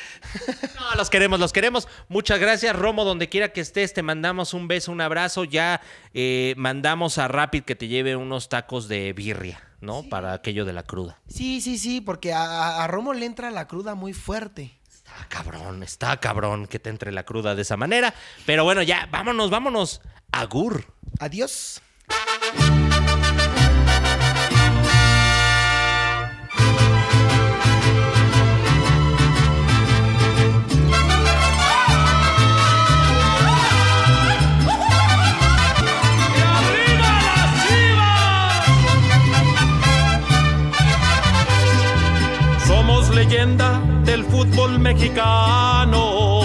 Speaker 1: No, los queremos, los queremos. Muchas gracias, Romo, donde quiera que estés, te mandamos un beso, un abrazo. Ya eh, mandamos a Rapid que te lleve unos tacos de birria, ¿no? Para aquello de la cruda.
Speaker 2: Sí, sí, sí, porque a, a- a Romo le entra la cruda muy fuerte.
Speaker 1: Está cabrón, está cabrón que te entre la cruda de esa manera. Pero bueno, ya, vámonos, vámonos. Agur.
Speaker 2: Adiós.
Speaker 5: Somos leyenda del fútbol mexicano.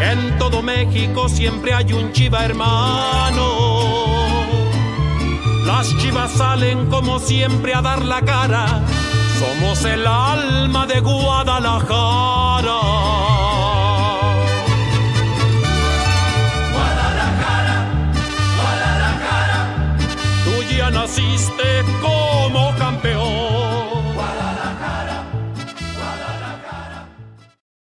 Speaker 5: En todo México siempre hay un chiva hermano. Las chivas salen como siempre a dar la cara. Somos el alma de Guadalajara. Tú ya naciste como campeón.